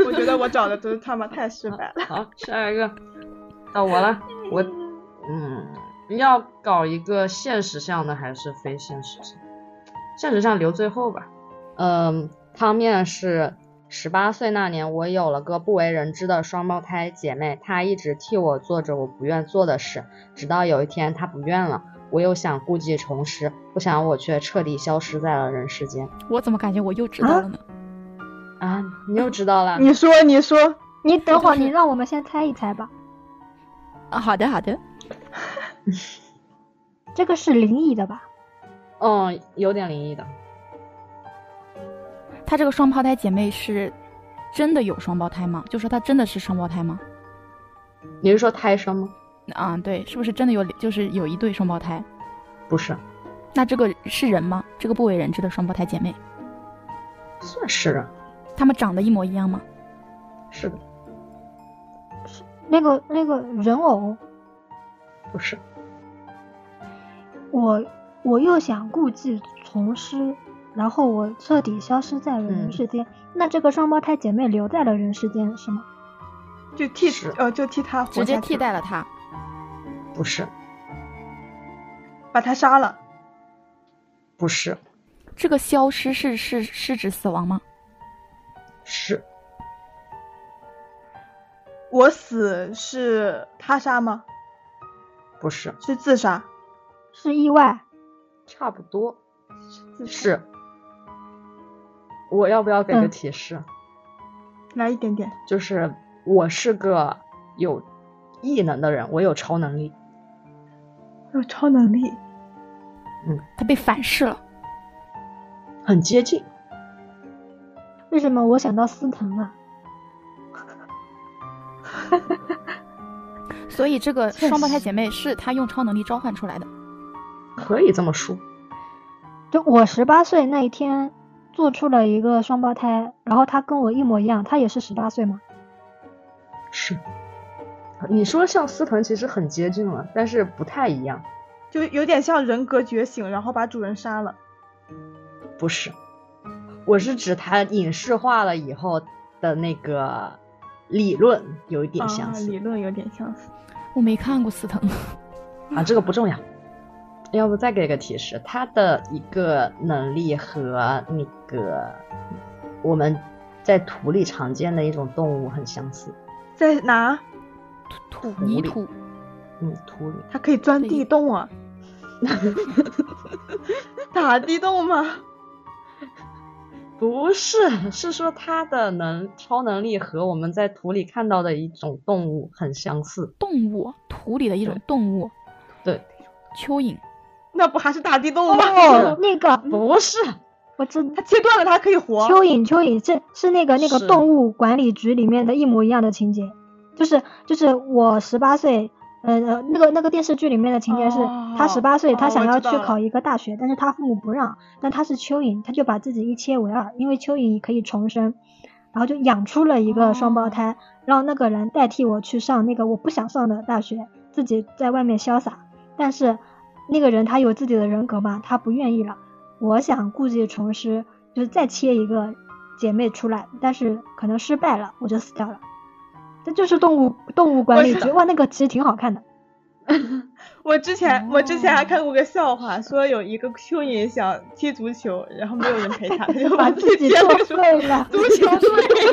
C: 我觉得我找的真他妈太失败了。
D: 好，下一个，到我了。我，嗯，要搞一个现实向的还是非现实向？现实向留最后吧。嗯，汤面是十八岁那年，我有了个不为人知的双胞胎姐妹，她一直替我做着我不愿做的事，直到有一天她不愿了，我又想故技重施，不想我却彻底消失在了人世间。
E: 我怎么感觉我又知道了呢？
D: 啊，你又知道了？
C: 你说，你说，
B: 你等会儿，
E: 就是
B: 你让我们先猜一猜吧。
E: 啊，好的好的，
B: 这个是灵异的吧？
D: 嗯，有点灵异的。
A: 她这个双胞胎姐妹是真的有双胞胎吗？就说她真的是双胞胎吗？
D: 你是说胎生吗？
A: 啊，对，是不是真的有就是有一对双胞胎？
D: 不是，
A: 那这个是人吗？这个不为人知的双胞胎姐妹，
D: 算是啊
A: 她们长得一模一样吗？
D: 是的，
B: 那个那个人偶，
D: 不是，
B: 我我又想故技重施，然后我彻底消失在了人世间。那这个双胞胎姐妹留在了人世间是吗？
C: 就替
D: 是
C: 呃，就替他活
A: 直接
C: 下去
A: 替代了她，
D: 不是，
C: 把他杀了。
D: 不是，
A: 这个消失是是是指死亡吗？
D: 是
C: 我死是他杀吗？
D: 不是？
C: 是自杀？
B: 是意外？
D: 差不多，是。我要不要给个
B: 嗯
D: 提示？
C: 来一点点。
D: 就是我是个有异能的人，我有超能力。
C: 有哦超能力？
A: 她被反噬了，
D: 很接近，
B: 为什么我想到司藤啊？
A: 所以这个
D: 确实
A: 双胞胎姐妹是她用超能力召唤出来的。
D: 可以这么说。
B: 就我十八岁那一天做出了一个双胞胎，然后他跟我一模一样，他也是十八岁嘛。
D: 是，你说像司藤其实很接近了，但是不太一样。
C: 就有点像人格觉醒，然后把主人杀了。
D: 不是，我是指它影视化了以后的那个理论有一点相
C: 啊、
D: 似
C: 理论有点相似。
A: 我没看过司藤，
D: 啊这个不重要。要不再给个提示，他的一个能力和那个我们在土里常见的一种动物很相似。
C: 在哪？
A: 土
D: 土
A: 泥
D: 里
A: 土，
D: 嗯，土里
C: 它可以钻地洞 啊？ 打地洞吗？
D: 不是，是说它的能超能力和我们在土里看到的一种动物很相似。
A: 动物，土里的一种
D: 对
A: 动物，
D: 对，
A: 蚯蚓。
C: 那不还是打地洞吗？
B: 哦，那个
D: 不是，
B: 我知
C: 它切断了，它可以活。
B: 蚯蚓，蚯蚓是是那个那个
D: 是
B: 动物管理局里面的一模一样的情节，就是就是我十八岁，呃呃，那个那个电视剧里面的情节是，他
C: 哦
B: 十八岁，
C: 哦
B: 他想
C: 我
B: 要
C: 知
B: 去
C: 道了
B: 考一个大学，但是他父母不让，但他是蚯蚓，他就把自己一切为二，因为蚯蚓可以重生，然后就养出了一个双胞
C: 哦
B: 胎，让那个人代替我去上那个我不想上的大学，自己在外面潇洒，但是那个人他有自己的人格嘛，他不愿意了。我想故技重施，就是再切一个姐妹出来，但是可能失败了，我就死掉了。这就是动物动物管理
C: 我
B: 局，哇，那个其实挺 好看的。
C: 我之前我之前
A: 哦
C: 还看过个笑话，说有一个蚯蚓想踢足球，然后没有人陪他，他就
B: 把
C: 自
B: 自己
C: 踢了
B: 做
C: 个足
B: 废了
C: 足球队。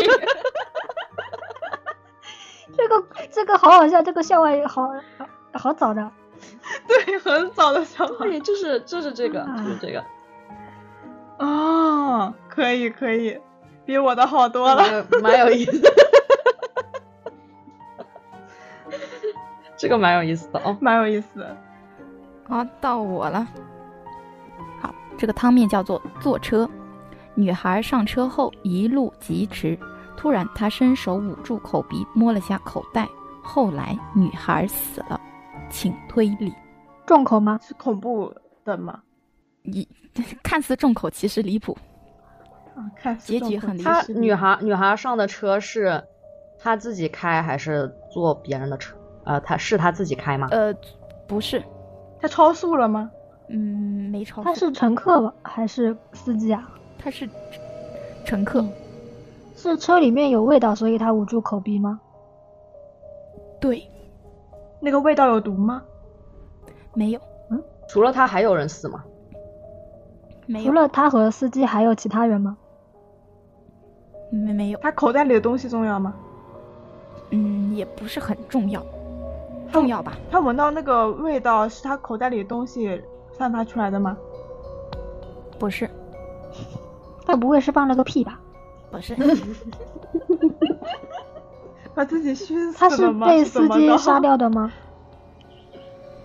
B: 这个这个好好笑，这个笑话也好好好早的。
C: 对，很早的笑话。
D: 对，就是就是这个，就是这个。
C: 哦，可以可以，比我的好多了。
D: 蛮蛮有意思的，这个蛮有意思的哦。
C: 蛮有意思的。
A: 好，到我了。好，这个汤面叫做坐车。女孩上车后一路疾驰，突然她伸手捂住口鼻，摸了下口袋。后来女孩死了，请推理。
B: 重口吗？
C: 是恐怖的吗？
A: 一看似重口，其实离谱。
C: 啊，看
A: 结局很离谱
D: 她女孩女孩上的车是她自己开还是坐别人的车？啊、她是她自己开吗？
A: 呃，不是，
C: 她超速了吗？
A: 嗯，没超
B: 他
A: 速，
B: 是乘客还是司机啊？
A: 她是乘客。
B: 是车里面有味道，所以他捂住口鼻吗？
A: 对，
C: 那个味道有毒吗？
A: 没有，
D: 除了他还有人死吗？
A: 没
B: 除
A: 有，
B: 了他和司机，还有其他人吗？
A: 没没有，
C: 他口袋里的东西重要吗？
A: 嗯，也不是很重要，重要吧？
C: 他闻到那个味道是他口袋里的东西散发出来的吗？
A: 不是，
B: 他不会是放了个屁吧？
A: 不是，
C: 把自己熏
B: 他
C: 死
B: 是
C: 了吗？
B: 被
C: 怎
B: 司
C: 么
B: 机
C: 的
B: 杀？掉的吗？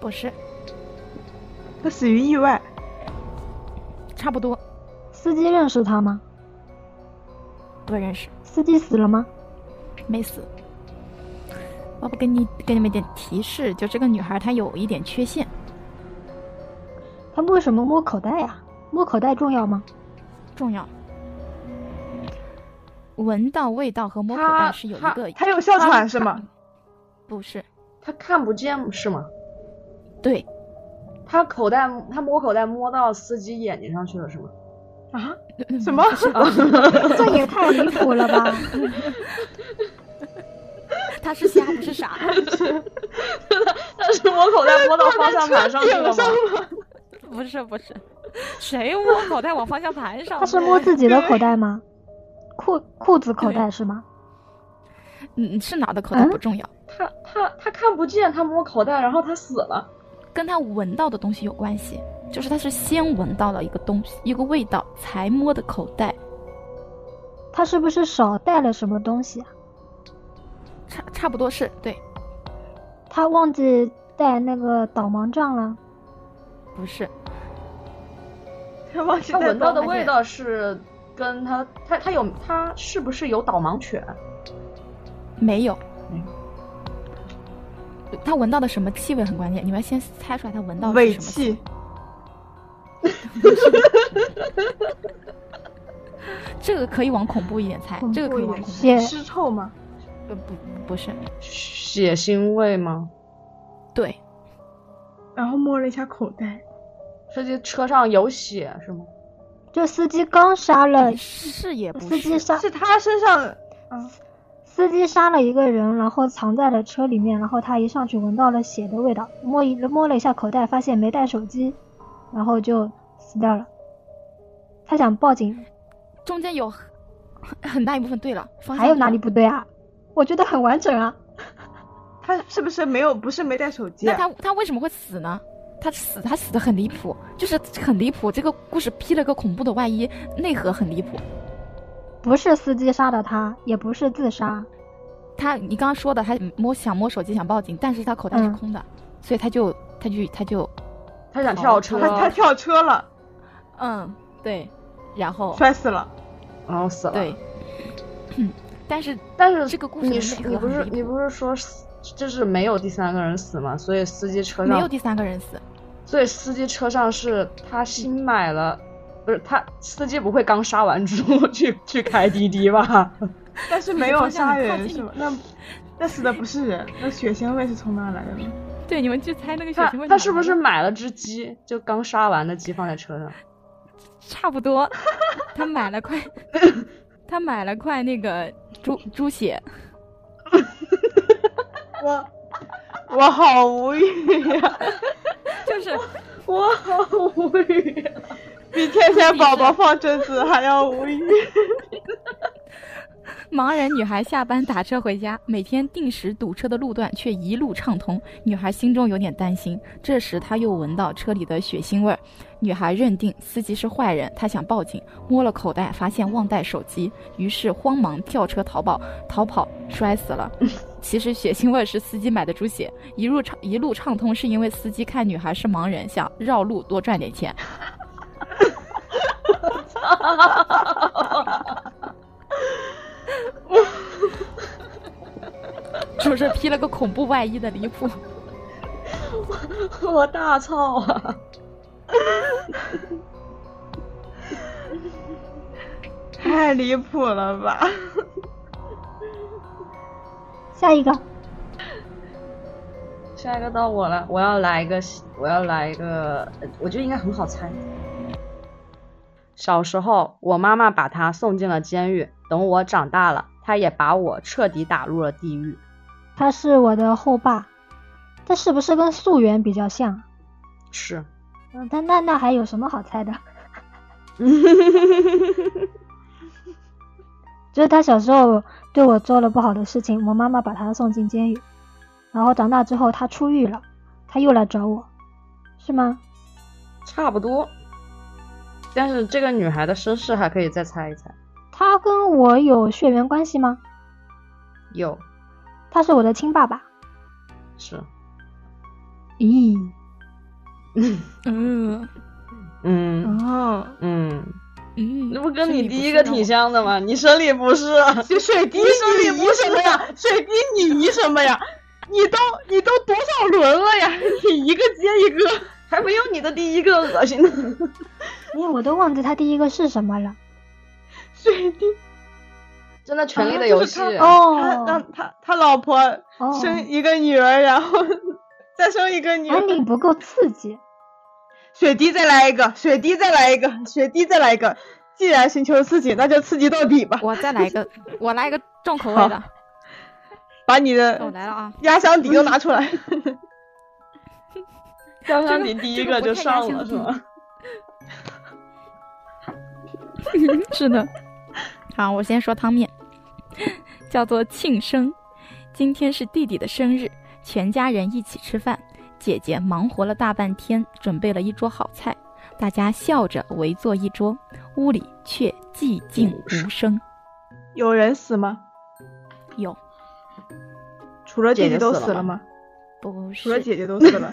A: 不是，
C: 他死于意外，
A: 差不多
B: 司机认识他吗？
A: 不认识，
B: 司机死了吗？
A: 没死。要不给你给你们一点提示，就这个女孩她有一点缺陷，
B: 他为什么摸口袋呀、摸口袋重要吗？
A: 重要。闻到味道和摸口
D: 她
A: 袋是有一
D: 她
A: 个，
C: 他有哮喘是吗？
A: 不是，
D: 他看不见是吗？
A: 对，
D: 他口袋他摸口袋摸到司机眼睛上去了是吗？
C: 啊？
A: 嗯
C: 什么？
B: 这也太离谱了吧！
E: 他是瞎不是傻，
D: 但是摸口袋摸到方向盘上去了吗？
E: 不是不是，谁摸口袋往方向盘上？
B: 他 是摸自己的口袋吗？裤裤子口袋是吗？
A: 嗯，是哪的口袋
B: 嗯
A: 不重要，
D: 他他他看不见，他摸口袋，然后他死了。
A: 跟她闻到的东西有关系，就是她是先闻到了一个东西，一个味道，才摸的口袋，
B: 他是不是少带了什么东西啊？
A: 差差不多是对，
B: 他忘记带那个导盲杖了。
A: 不是，
C: 他忘记
D: 他
C: 带
D: 闻到的
C: 包
D: 味道是跟他他他有他是不是有导盲犬？
A: 没有
B: 嗯
D: 没。
A: 她闻到的什么气味很关键，你们要先猜出来她闻到的是
C: 尾
A: 什么气
C: 气
A: 味。，这个可以往恐怖一点猜，这个可以往恐怖。
B: 也
C: 尸臭吗？
A: 呃不不是，
D: 血腥味吗？
A: 对，
C: 然后摸了一下口袋，
D: 是这车上有血是吗？
B: 就司机刚杀了
A: 是也不
B: 呃司机
A: 是，
B: 杀
C: 是他身上
B: 司机杀了一个人，然后藏在了车里面，然后他一上去闻到了血的味道，摸一摸了一下口袋，发现没带手机，然后就死掉了。他想报警，
A: 中间有很很大一部分对了，方向
B: 还有
A: 不
B: 哪里
A: 同？
B: 不对啊？我觉得很完整啊。
C: 他是不是没有？不是没带手机
A: 那
C: 啊？
A: 他他为什么会死呢？他死他死的很离谱，就是很离谱。这个故事披了个恐怖的外衣，内核很离谱。
B: 不是司机杀的他，也不是自杀，
A: 他你刚刚说的，他摸想摸手机想报警，但是他口袋是
B: 嗯
A: 空的，所以他就他就他就
D: 他想跳车，
C: 他他跳车了，
A: 嗯对，然后
C: 摔死
A: 哦
C: 了。
D: 然后死了。
A: 对，嗯， 但是
D: 但是
A: 这个故事
D: 你
A: 的
D: 是
A: 内核
D: 你不
A: 很
D: 是
A: 离
D: 你
A: 谱
D: 不是说死就是没有第三个人死吗？所以司机车
A: 没有
D: 上，
A: 第三个人死，
D: 所以司机车上是他
A: 嗯
D: 新买了，不是他司机不会刚杀完猪 去去开滴滴吧？
C: 但是没有杀
A: 方向很
C: 人
A: 靠近
C: 是吧？那那死的不是人，那血腥味是从哪来的 呢？
A: 对，你们去猜那个血
D: 他
A: 腥味。
D: 他是不是买了只鸡，就刚杀完的鸡放在 车上？
A: 差不 多？他买了 块，他买了块那个猪猪血，
C: 我我好无语呀、
A: 啊就是
D: 我好无语。
C: 啊比天天宝宝放贞子还要无语。
A: 盲人女孩下班打车回家，每天定时堵车的路段却一路畅通。女孩心中有点担心，这时她又闻到车里的血腥味儿。女孩认定司机是坏人，她想报警，摸了口袋发现忘带手机，于是慌忙跳车逃跑，逃跑摔死 了。其实血腥味儿是司机买的猪血，一路畅一路畅通是因为司机看女孩是盲人，想绕路多赚点 钱。是不是披了个恐怖外衣的离谱？
D: 我大操啊！
C: 太离谱了吧！
B: 下一个
D: 下一个到我了，我要来一个，我要来一个，呃我觉得应该很好猜。小时候，我妈妈把他送进了监狱，等我长大了，他也把我彻底打入了地狱。
B: 他是我的后爸，这是不是跟溯源比较像？
D: 是，
B: 嗯，但那那还有什么好猜的？就是他小时候对我做了不好的事情，我妈妈把他送进监狱，然后长大之后他出狱了，他又来找我，是吗？
D: 差不多。但是这个女孩的身世还可以再猜一猜。
B: 他跟我有血缘关系吗？
D: 有，
B: 他是我的亲爸爸。
D: 是，
B: 咦，
E: 嗯
D: 嗯
C: 哦，
D: 嗯，
E: 嗯，
D: 那不跟
E: 是
D: 你
E: 你
D: 第
E: 不
D: 一
E: 是
D: 个
E: 让
D: 挺
E: 我
D: 像的吗？你生理不啊是，
C: 就水滴
D: 你说
C: 你
D: 你
C: 移
D: 不
C: 什么呀？水滴你移什么呀？你都你都多少轮了呀？你一个接一个。
D: 还没有你的第一个恶心呢。
B: 哎，我都忘记他第一个是什么了。
C: 水滴
D: 真的，《权力
C: 啊
D: 的
C: 就
D: 游
C: 是
D: 戏
C: 他》他
B: 哦
C: 让他他老婆
B: 哦，
C: 生一个女儿，然后 再生一个女
B: 哎
C: 儿，，
B: 你不够刺激。
C: 水滴再来一个，水滴再来一个，水滴再来一个。既然寻求刺激，那就刺激到底 吧，
E: 我再来一个，我来一个重口味
C: 好
E: 的，
C: 把你
E: 那我
C: 的
E: 来了啊。
C: 压箱底都拿出来。
D: 刚
E: 这
D: 刚
E: 个
D: 你第
E: 这
D: 一
E: 个
D: 个
E: 不
D: 就
E: 太压
D: 上
E: 箱
D: 了是
E: 底
D: 吗？
A: 是的。好，我先说汤面，叫做庆生。今天是弟弟的生日，全家人一起吃饭。姐姐忙活了大半天，准备了一桌好菜，大家笑着围坐一桌，屋里却寂静无声。
C: 有人死吗？
A: 有，
C: 除了
D: 姐
C: 弟
D: 姐
C: 弟都
D: 死了
C: 死了吗？
A: 不
C: 除了
A: 是，
C: 姐姐都死 了，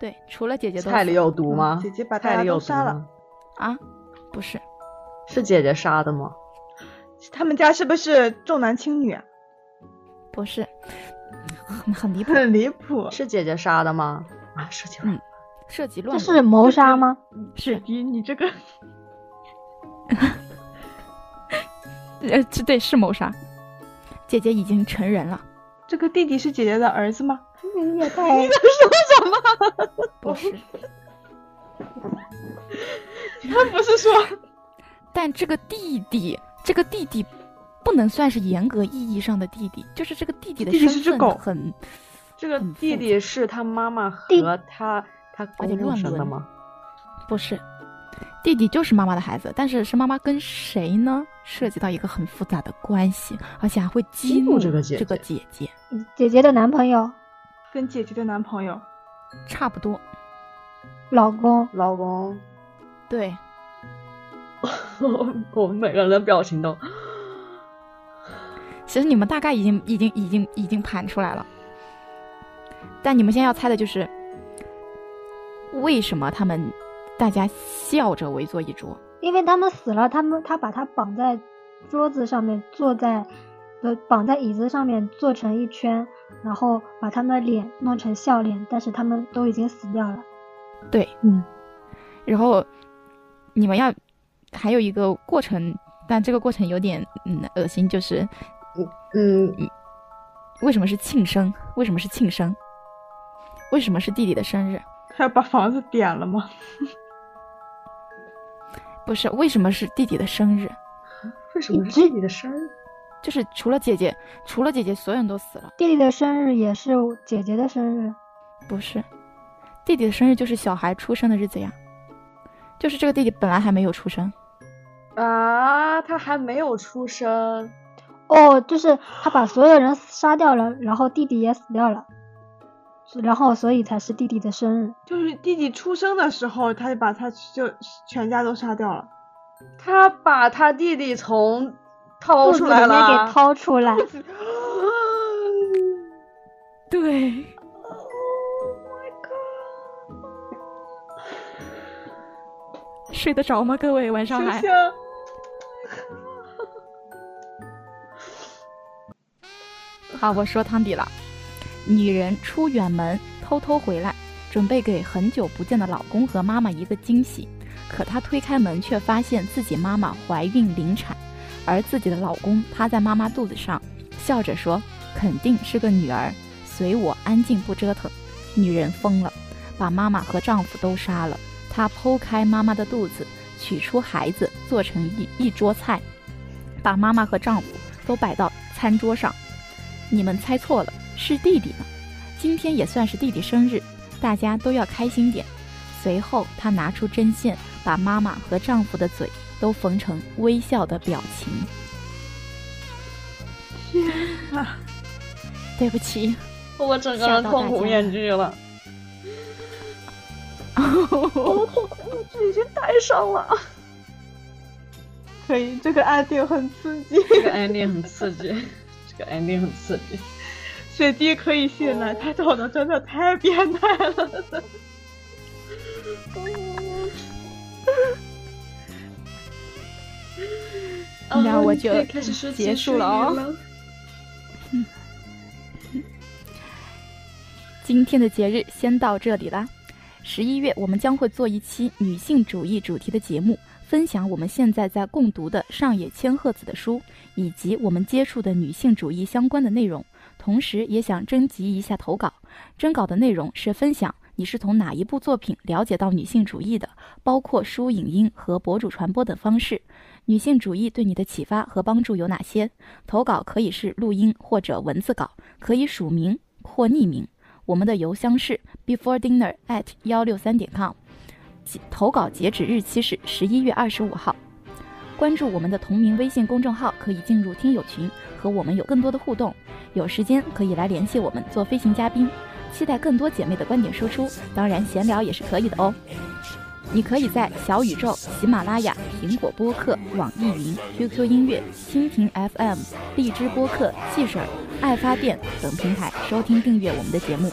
A: 对，除了姐姐都
D: 菜
A: 死
D: 里有毒
C: 嗯
D: 吗
C: 姐？姐把大
D: 菜
C: 家
D: 里有
C: 都
D: 毒
C: 杀了。
D: 吗？
A: 啊，不是，
D: 是姐姐杀的吗？
C: 他们家是不是重男轻女啊？
A: 不是，很很离谱，
C: 很离谱。
D: 是姐姐杀的吗？啊，是姐姐。
A: 嗯涉及乱
B: 这
A: 伦
B: 是谋杀吗？
A: 是
C: 你 你这个
A: 呃，这对是谋杀。姐姐已经成人了，
C: 这个弟弟是姐姐的儿子吗？
B: 你也太……
D: 哦
A: 不是。
C: 他不是说
A: 但这个弟弟，这个弟弟不能算是严格意义上的弟弟，就是这个弟弟的
C: 弟弟
A: 身
C: 是只
A: 份
C: 狗
A: 很
D: 这个
A: 很复
D: 弟弟是他妈妈
B: 弟
D: 和他他
A: 嗯而且
D: 公公
A: 乱
D: 生的
A: 伦
D: 吗？
A: 不是。弟弟就是妈妈的孩子，但是是妈妈跟谁呢？涉及到一个很复杂的关系，而且还会激
D: 激怒
A: 怒
D: 这个姐
A: 这个
D: 姐
A: 姐姐。
B: 姐姐的男朋友、
C: 跟姐姐的男朋友
A: 差不多，
B: 老公，
D: 老公，
A: 对，
D: 我们每个人的表情都
A: 其实你们大概已经、已经、已经、已经盘出来了，但你们现在要猜的就是，为什么他们大家笑着围坐一桌？
B: 因为他们死了，他们他把他绑在桌子上面，坐在呃绑在椅子上面，坐成一圈，然后把他们的脸弄成笑脸，但是他们都已经死掉了。
A: 对，
B: 嗯，
A: 然后你们要还有一个过程，但这个过程有点嗯恶心，就是
D: 嗯，
A: 为什么是庆生？为什么是庆生？为什么是弟弟的生日？
C: 他要把房子点了吗？
A: 不是，为什么是弟弟的生日？
D: 为什么
A: 哎
D: 是弟弟的生日？
A: 就是除了姐姐，除了姐姐，所有人都死了。
B: 弟弟的生日也是姐姐的生日，
A: 不是，弟弟的生日就是小孩出生的日子呀。就是这个弟弟本来还没有出生，
D: 啊，他还没有出生，
B: 哦，就是他把所有人杀掉了，然后弟弟也死掉了，然后所以才是弟弟的生日。
C: 就是弟弟出生的时候，他就把他就全家都杀掉了。
D: 他把他弟弟从掏
B: 肚
D: 出
B: 子
D: 来
B: 里面
D: 了
B: 给，掏出来，
A: 对，睡得着吗？各位晚上
C: 秋
A: 还
C: 香，
A: 好，我说汤底了。女人出远门，偷偷回来，准备给很久不见的老公和妈妈一个惊喜。可她推开门，却发现自己妈妈怀孕临产，而自己的老公趴在妈妈肚子上，笑着说：“肯定是个女儿，随我安静不折腾。”女人疯了，把妈妈和丈夫都杀了。她剖开妈妈的肚子，取出孩子做成一一桌菜，把妈妈和丈夫都摆到餐桌上。你们猜错了，是弟弟呢。今天也算是弟弟生日，大家都要开心点。随后，她拿出针线，把妈妈和丈夫的嘴都缝成微笑的表情。对不起，
D: 我整个
A: 吓
D: 人
A: 到
D: 痛
A: 大
D: 苦
A: 家
D: 面具 了，我的痛苦面具已经戴上 了。
C: 可以，这个案定很刺激，
D: 这个 ending 很刺激，这个 ending 很刺激。
C: 雪地可以信了，他找的真的太变态了。
A: 那
D: 哦
A: 我
D: 你可
A: 就
D: 以开始说
A: 结
D: 结
A: 束
D: 束
A: 了哦
D: 语了。
A: 今天的节日先到这里啦。十一月我们将会做一期女性主义主题的节目，分享我们现在在共读的上野千鹤子的书，以及我们接触的女性主义相关的内容。同时，也想征集一下投稿，征稿的内容是分享你是从哪一部作品了解到女性主义的，包括书、影音和博主传播等方式。女性主义对你的启发和帮助有哪些？投稿可以是录音或者文字稿，可以署名或匿名。我们的邮箱是 before dinner at 幺六三点 com，截投稿截止日期是十一月二十五号。关注我们的同名微信公众号，可以进入听友群，和我们有更多的互动。有时间可以来联系我们做飞行嘉宾，期待更多姐妹的观点输出，当然闲聊也是可以的哦。你可以在小宇宙、喜马拉雅、苹果播客、网易云、QQ 音乐、蜻蜓 FM、荔枝播客、汽水、爱发电等平台收听订阅我们的节目。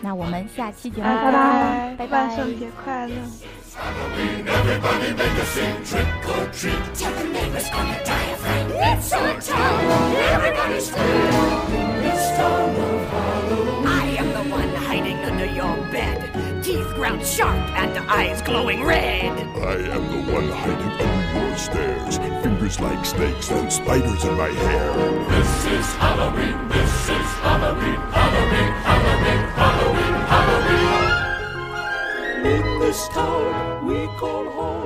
A: 那我们下期节目再
B: 拜
A: 见啦
B: 拜
A: 拜拜
C: 万圣节快乐！
F: Tell the neighbors gonna die of fright. It's our town. Everybody's screaming. It's town of Halloween.
G: I am the one hiding under your bed, teeth ground sharp and eyes glowing red.
H: I am the one hiding under your stairs. Fingers like snakes and spiders in my hair.
F: This is Halloween. This is Halloween. Halloween. Halloween. Halloween. Halloween. In this town we call home.